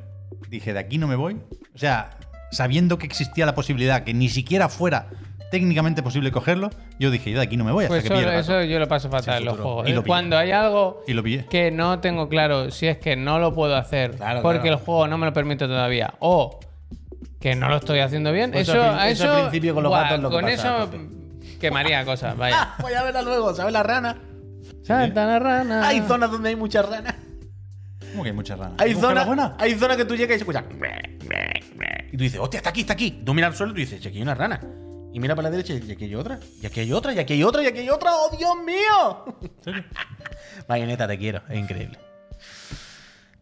S1: Dije, de aquí no me voy. O sea, sabiendo que existía la posibilidad que ni siquiera fuera técnicamente posible cogerlo, yo dije, yo de aquí no me voy hasta
S3: Pues
S1: que
S3: eso,
S1: pille el gato.
S3: eso yo lo paso fatal en los
S1: futuro.
S3: juegos.
S1: Y
S3: ¿eh?
S1: lo pillé.
S3: Cuando hay algo
S1: Y lo pillé.
S3: que no tengo claro si es que no lo puedo hacer
S2: Claro,
S3: porque
S2: claro.
S3: el juego no me lo permite todavía o que no lo estoy haciendo bien,
S2: Pues
S3: eso,
S2: al prin-
S3: a
S2: eso
S3: eso,
S2: al principio con los
S3: buah,
S2: gatos es lo que
S3: con
S2: pasa,
S3: eso quemaría
S2: <laughs>
S3: cosas, vaya.
S2: Ah, Voy a verla luego, ¿sabes? La rana.
S3: Salta la rana.
S2: Hay zonas donde hay muchas ranas.
S1: ¿Cómo que hay muchas ranas?
S2: Hay
S1: ¿Hay buscado
S2: zonas
S1: la buena?
S2: hay zona que tú llegas y se escucha. Y tú dices, hostia, está aquí, está aquí. Tú miras al suelo y tú dices, "Sí, aquí hay una rana. Y mira para la derecha y aquí hay otra. Y aquí hay otra, y aquí hay otra, y aquí hay otra. ¡Oh, Dios <laughs> mío! Bayoneta, te quiero. Es increíble.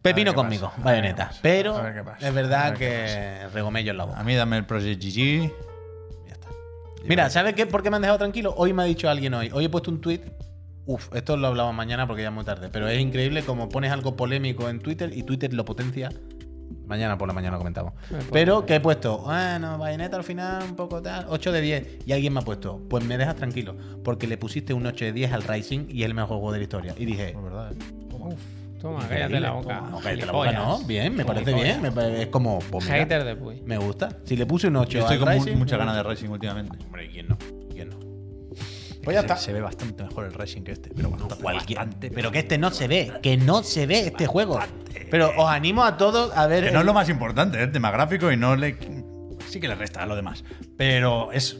S2: Pepino
S1: qué
S2: conmigo,
S1: pasa, a ver qué
S2: Bayoneta.
S1: pasa,
S2: Pero
S1: a ver qué pasa,
S2: es
S1: a
S2: verdad
S1: ver qué
S2: que regomello en la boca.
S1: A mí dame el Project GG. Ya está.
S2: Mira, ¿sabes qué? ¿Por qué me han dejado tranquilo? Hoy me ha dicho alguien hoy. Hoy he puesto un tweet. Uf, esto lo hablamos mañana porque ya es muy tarde. Pero es increíble como pones algo polémico en Twitter y Twitter lo potencia. Mañana por la mañana lo comentamos. Pero que he puesto, bueno, Bayonetta al final un poco tal, 8 de 10. Y alguien me ha puesto, pues me dejas tranquilo, porque le pusiste un 8 de 10 al Rising y es el mejor juego de la historia. Y dije,
S1: Es verdad, ¿eh?
S3: Toma, cállate la boca.
S2: no, cállate la boca, no,
S3: gilipollas.
S2: bien, me parece
S3: Gilipollas.
S2: bien, me pare- es como, pues mira,
S3: Hater de Puy.
S2: me gusta. Si le puse un 8
S1: Yo estoy
S2: al
S1: con mu-
S2: Rising,
S1: mucha ganas de Racing últimamente.
S2: Hombre, ¿quién no? ¿Quién no?
S1: Pues Se ve bastante mejor el Racing que este, pero bastante.
S2: Cualquier-
S1: bastante,
S2: pero que este no se ve, que no se ve este juego. Pero os animo a todos a ver.
S1: Que no es lo más importante, es tema gráfico y no le. Sí que le resta a lo demás. Pero es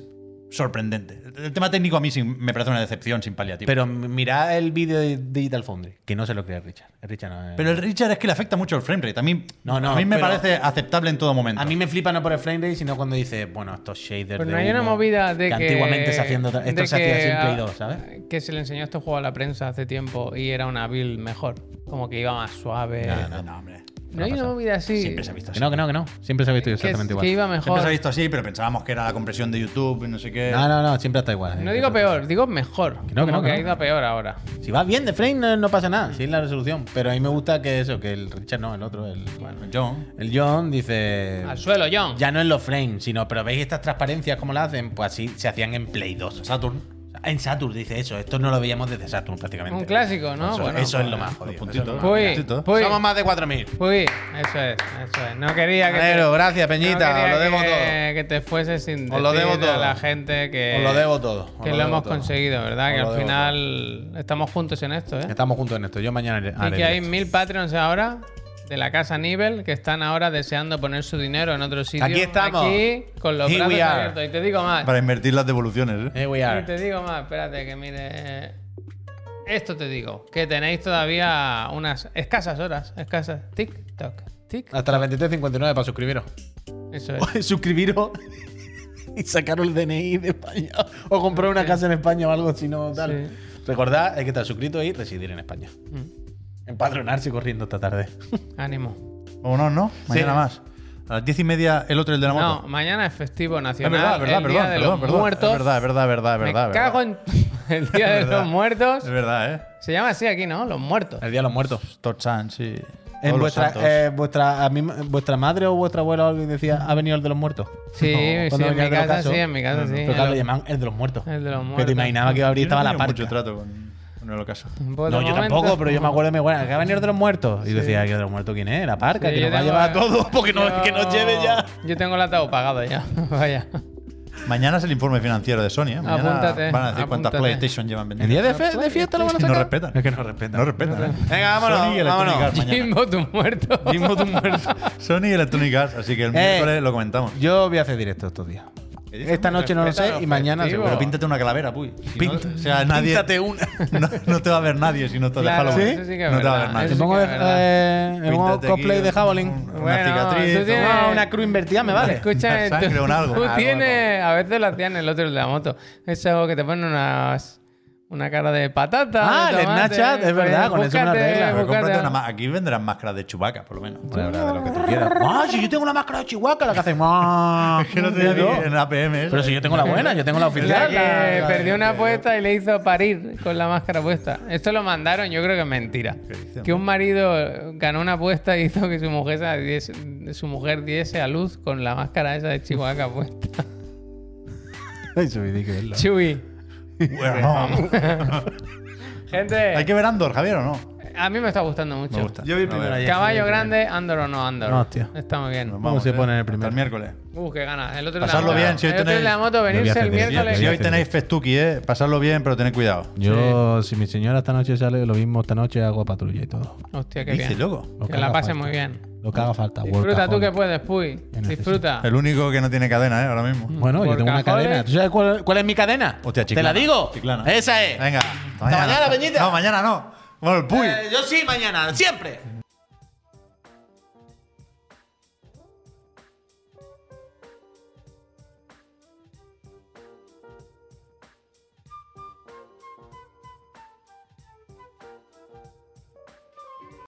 S1: sorprendente. El tema técnico a mí sí me parece una decepción sin paliativo.
S2: Pero mirad el vídeo de Digital Foundry, que no se lo crea Richard. El Richard no eh. es-
S1: Pero el Richard es que le afecta mucho el framerate. A mí,
S2: No, no,
S1: a mí me
S2: pero-
S1: parece aceptable en todo momento.
S2: a mí me flipa no por el frame rate, sino cuando dice, bueno, estos shaders.
S3: Pero
S2: de
S3: Pues no hay una
S2: humo
S3: movida de que.
S2: antiguamente se haciendo otra- esto
S3: de
S2: se hacía
S3: que,
S2: sin Play
S3: ah,
S2: 2, ¿sabes?
S3: Que se le enseñó este juego a la prensa hace tiempo y era una build mejor. Como que iba más suave.
S1: Eh,
S3: No,
S1: no, no, hombre.
S3: hay una movida así.
S1: Siempre se ha visto
S2: Que
S1: así.
S2: no, que no, que no. Siempre se ha visto
S3: que,
S2: exactamente
S3: que
S2: igual.
S3: iba
S1: Siempre se ha
S3: mejor.
S1: visto así, pero pensábamos que era la compresión de YouTube y no sé qué.
S2: No, no, no, siempre está igual.
S3: No digo peor, digo mejor.
S2: no, que
S3: Como
S2: no, que
S3: ha
S2: no.
S3: ido a peor ahora.
S2: Si va bien de frame, no, no pasa nada. Sí, es la resolución. Pero a mí me gusta que eso, que el Richard no, el otro, el.
S1: John.
S2: El John dice.
S3: Al suelo, John.
S2: Ya no en los frames, sino, pero veis estas transparencias como las hacen, pues así se hacían en Play 2.
S1: Saturn.
S2: En Saturn dice eso, esto no lo veíamos desde Saturn prácticamente.
S3: Un clásico, Pues ¿no?
S2: Eso,
S3: Bueno,
S2: eso es lo
S3: pues,
S2: más
S1: Los
S2: jodido.
S1: puntitos.
S2: eso es lo más
S3: Puy,
S2: jodido.
S1: Puntito.
S3: Puy,
S2: Somos más de 4000.
S3: Puy. Eso es, eso es. No quería que.
S2: Manero, gracias,
S3: no
S2: Peñita, os
S3: quería
S2: lo debo
S3: que,
S2: todo.
S3: que te fuese sin
S2: Os lo
S3: decir
S2: debo
S3: a
S2: todo.
S3: la gente que.
S2: Os lo debo todo. os
S3: Que
S2: lo
S3: lo,
S2: debo
S3: hemos
S2: todo.
S3: conseguido, ¿verdad?
S2: Os
S3: que
S2: lo
S3: al
S2: debo
S3: final estamos juntos en esto, ¿eh?
S2: Estamos juntos en esto. Yo mañana haré-
S3: Y
S2: haré
S3: que hay
S2: directo.
S3: mil Patreons ahora de la casa Nivel que están ahora deseando poner su dinero en otro sitio.
S2: Aquí estamos.
S3: Aquí, con los
S2: Here we
S3: brazos
S2: are.
S3: abiertos. Y te digo más.
S1: Para invertir las devoluciones,
S2: <laughs>
S1: ¿eh?
S2: Here we
S3: Y te
S2: are.
S3: digo más. Espérate, que mire. Esto te digo. Que tenéis todavía unas escasas horas. Escasas. Tic, toc, tic.
S2: Hasta las 23.59 para suscribiros.
S3: Eso es.
S2: suscribiros <laughs> y sacar el DNI de España. O comprar una casa en España o algo, si no tal. Recordad, hay que estar suscrito y residir en España.
S3: Mm.
S2: Empadronarse corriendo esta tarde.
S3: Ánimo.
S1: Vámonos, ¿no? Mañana más. A las diez y media el otro, el de la moto.
S3: No, mañana es festivo
S1: es
S3: nacional.
S1: verdad, es verdad,
S3: el día
S1: perdón,
S3: de
S1: perdón,
S3: los
S1: perdón.
S3: muertos.
S1: Es verdad, es verdad, es verdad, es
S3: Me
S1: verdad. es
S3: cago
S1: verdad.
S3: en <laughs> el día de
S1: verdad.
S3: los muertos.
S1: Es verdad, ¿eh?
S3: Se llama así aquí, ¿no? Los muertos.
S4: El día de los muertos.
S1: Torchan, sí. Todos
S2: En
S1: los
S2: vuestra,
S1: santos.
S2: eh, vuestra, a mí- vuestra madre o vuestra abuela o alguien decía, ha venido el de los muertos.
S3: Sí, sí,
S2: cuando venía el
S3: en mi
S2: de los
S3: casa
S2: casos.
S3: sí, en mi casa sí.
S2: Pero claro, lo llamaban el de los muertos.
S3: El de los
S2: Pero
S3: muertos.
S2: te imaginaba que iba a abrir,
S1: Yo no
S2: estaba
S1: he
S2: la
S1: tenido mucho
S2: parca.
S1: trato con, con el ocaso.
S3: Pues de
S2: No, yo
S3: momento-
S2: tampoco, pero yo me acuerdo de mi abuela, que ha venido el de los muertos. Y decía, ¿que el de los muertos quién es? La parca,
S3: Sí,
S2: que
S3: yo
S2: nos va a
S3: tengo-
S2: llevar a todos, <laughs>
S3: <laughs>
S2: porque
S3: yo-
S2: no, que nos lleve ya.
S3: Yo tengo el atado pagado ya. <laughs> Vaya.
S1: Mañana es el informe financiero de Sony, ¿eh? Mañana
S3: Apúntate,
S1: van a decir cuántas
S3: apúntate.
S1: PlayStation llevan
S2: En
S1: vendidas.
S2: día de, fe- de fiesta lo van a
S1: Es que <laughs> no
S2: sacar.
S1: respetan.
S2: Es que no respetan.
S1: No respetan. ¿eh?
S4: Venga, vámonos,
S1: Sony y Electronic
S4: vámonos.
S1: Arts mañana.
S3: Jimbo, tu muerto.
S1: Jimbo, tu muerto. Sony y Electronic Arts, así que el
S2: Eh.
S1: miércoles lo comentamos.
S2: Yo voy a hacer directo estos días. Esta noche no lo sé y mañana
S3: festivos.
S1: Pero
S2: seguro.
S1: píntate una calavera, puy. Si
S2: Pinta-
S1: no- o sea, nadie.
S4: Píntate una.
S1: <laughs> No, no te va a ver nadie si no te
S3: Claro,
S1: Halloween.
S3: eso sí que es
S1: No te va a ver
S3: verdad.
S1: nadie.
S2: Te
S3: Eso sí
S2: pongo
S3: que
S2: de,
S3: es verdad.
S2: eh, me pongo
S1: Píntate
S2: cosplay
S1: aquí
S2: de Howling.
S1: un- Una
S3: Bueno,
S1: cicatriz.
S3: tú tienes-
S2: Ah, una cruz invertida me vale.
S3: Escúchame,
S1: Una sangre,
S3: tú,
S1: un algo.
S3: tú
S1: Algo,
S3: tienes, a veces lo hacían el otro el de la moto. Eso que te ponen unas, una cara de patata.
S2: Ah,
S3: de
S2: el
S3: tomate,
S2: Snapchat, es verdad, con eso me lo
S3: búscate-
S2: arregla.
S1: Pero
S3: búscate-
S1: cómprate una ma- Aquí vendrán máscaras de chubaca, por lo menos.
S2: Bueno, habrá de lo que tú
S1: <laughs>
S2: quieras. Ah, si yo tengo una máscara de Chihuahua, la que hace. ¡mua!
S1: Que no te vi en APM. esa.
S2: Pero si yo tengo la buena, yo tengo la
S3: O sea,
S2: oficial.
S3: que
S2: la-
S3: perdió una apuesta y le hizo parir con la máscara puesta. Esto lo mandaron, yo creo que es mentira.
S1: ¿Qué dicen?
S3: Que un marido ganó una apuesta y hizo que su mujer, se diese, su mujer diese a luz con la máscara esa de Chihuahua puesta.
S2: Eso es ridículo.
S3: Chuy.
S1: Bueno, no. Hay
S3: Gente,
S1: que ver Andor, Javier, ¿o no?
S3: a mí me está gustando mucho.
S1: Me gusta.
S2: Yo vi
S1: A ver,
S2: primero ayer.
S3: Caballo grande, Andor o no Andor.
S2: No, hostia.
S3: Está muy bien.
S1: nos
S2: ¿Cómo se
S1: ¿eh?
S2: pone en el
S1: Hasta
S2: primero?
S1: el miércoles.
S3: Uh, qué ganas. El otro
S1: Pasadlo
S3: de la moto.
S1: bien, si hoy
S3: el otro de la
S1: tenéis-
S3: moto,
S2: Lo voy a
S3: venirse
S2: hacer
S3: el
S2: directo,
S3: miércoles.
S1: Si
S2: voy a
S1: hoy
S2: hacer
S1: tenéis Festuki, ¿eh? Pasadlo bien, pero tened cuidado.
S2: Yo, si mi señora esta noche sale, lo mismo esta noche hago patrulla y todo.
S3: Hostia, qué
S1: Dice,
S3: bien.
S1: loco.
S2: Lo
S3: que
S2: haga
S3: la pases
S2: falta.
S3: muy bien.
S2: Lo que haga falta.
S3: Disfruta tú
S2: workaholic.
S3: que puedes, Puy.
S2: necesito.
S3: Disfruta.
S1: El único que no tiene cadena, ¿eh? Ahora mismo.
S2: Bueno, yo tengo una
S3: Workaholic.
S2: cadena. ¿Tú sabes cuál, cuál es mi cadena?
S1: Hostia,
S2: Te la
S1: chiclana.
S2: digo.
S1: Chiclana.
S2: Esa es.
S1: Venga. Hasta
S2: mañana, Peñita.
S1: No, mañana no. Bueno, el Puy.
S2: Eh, yo sí, mañana, siempre.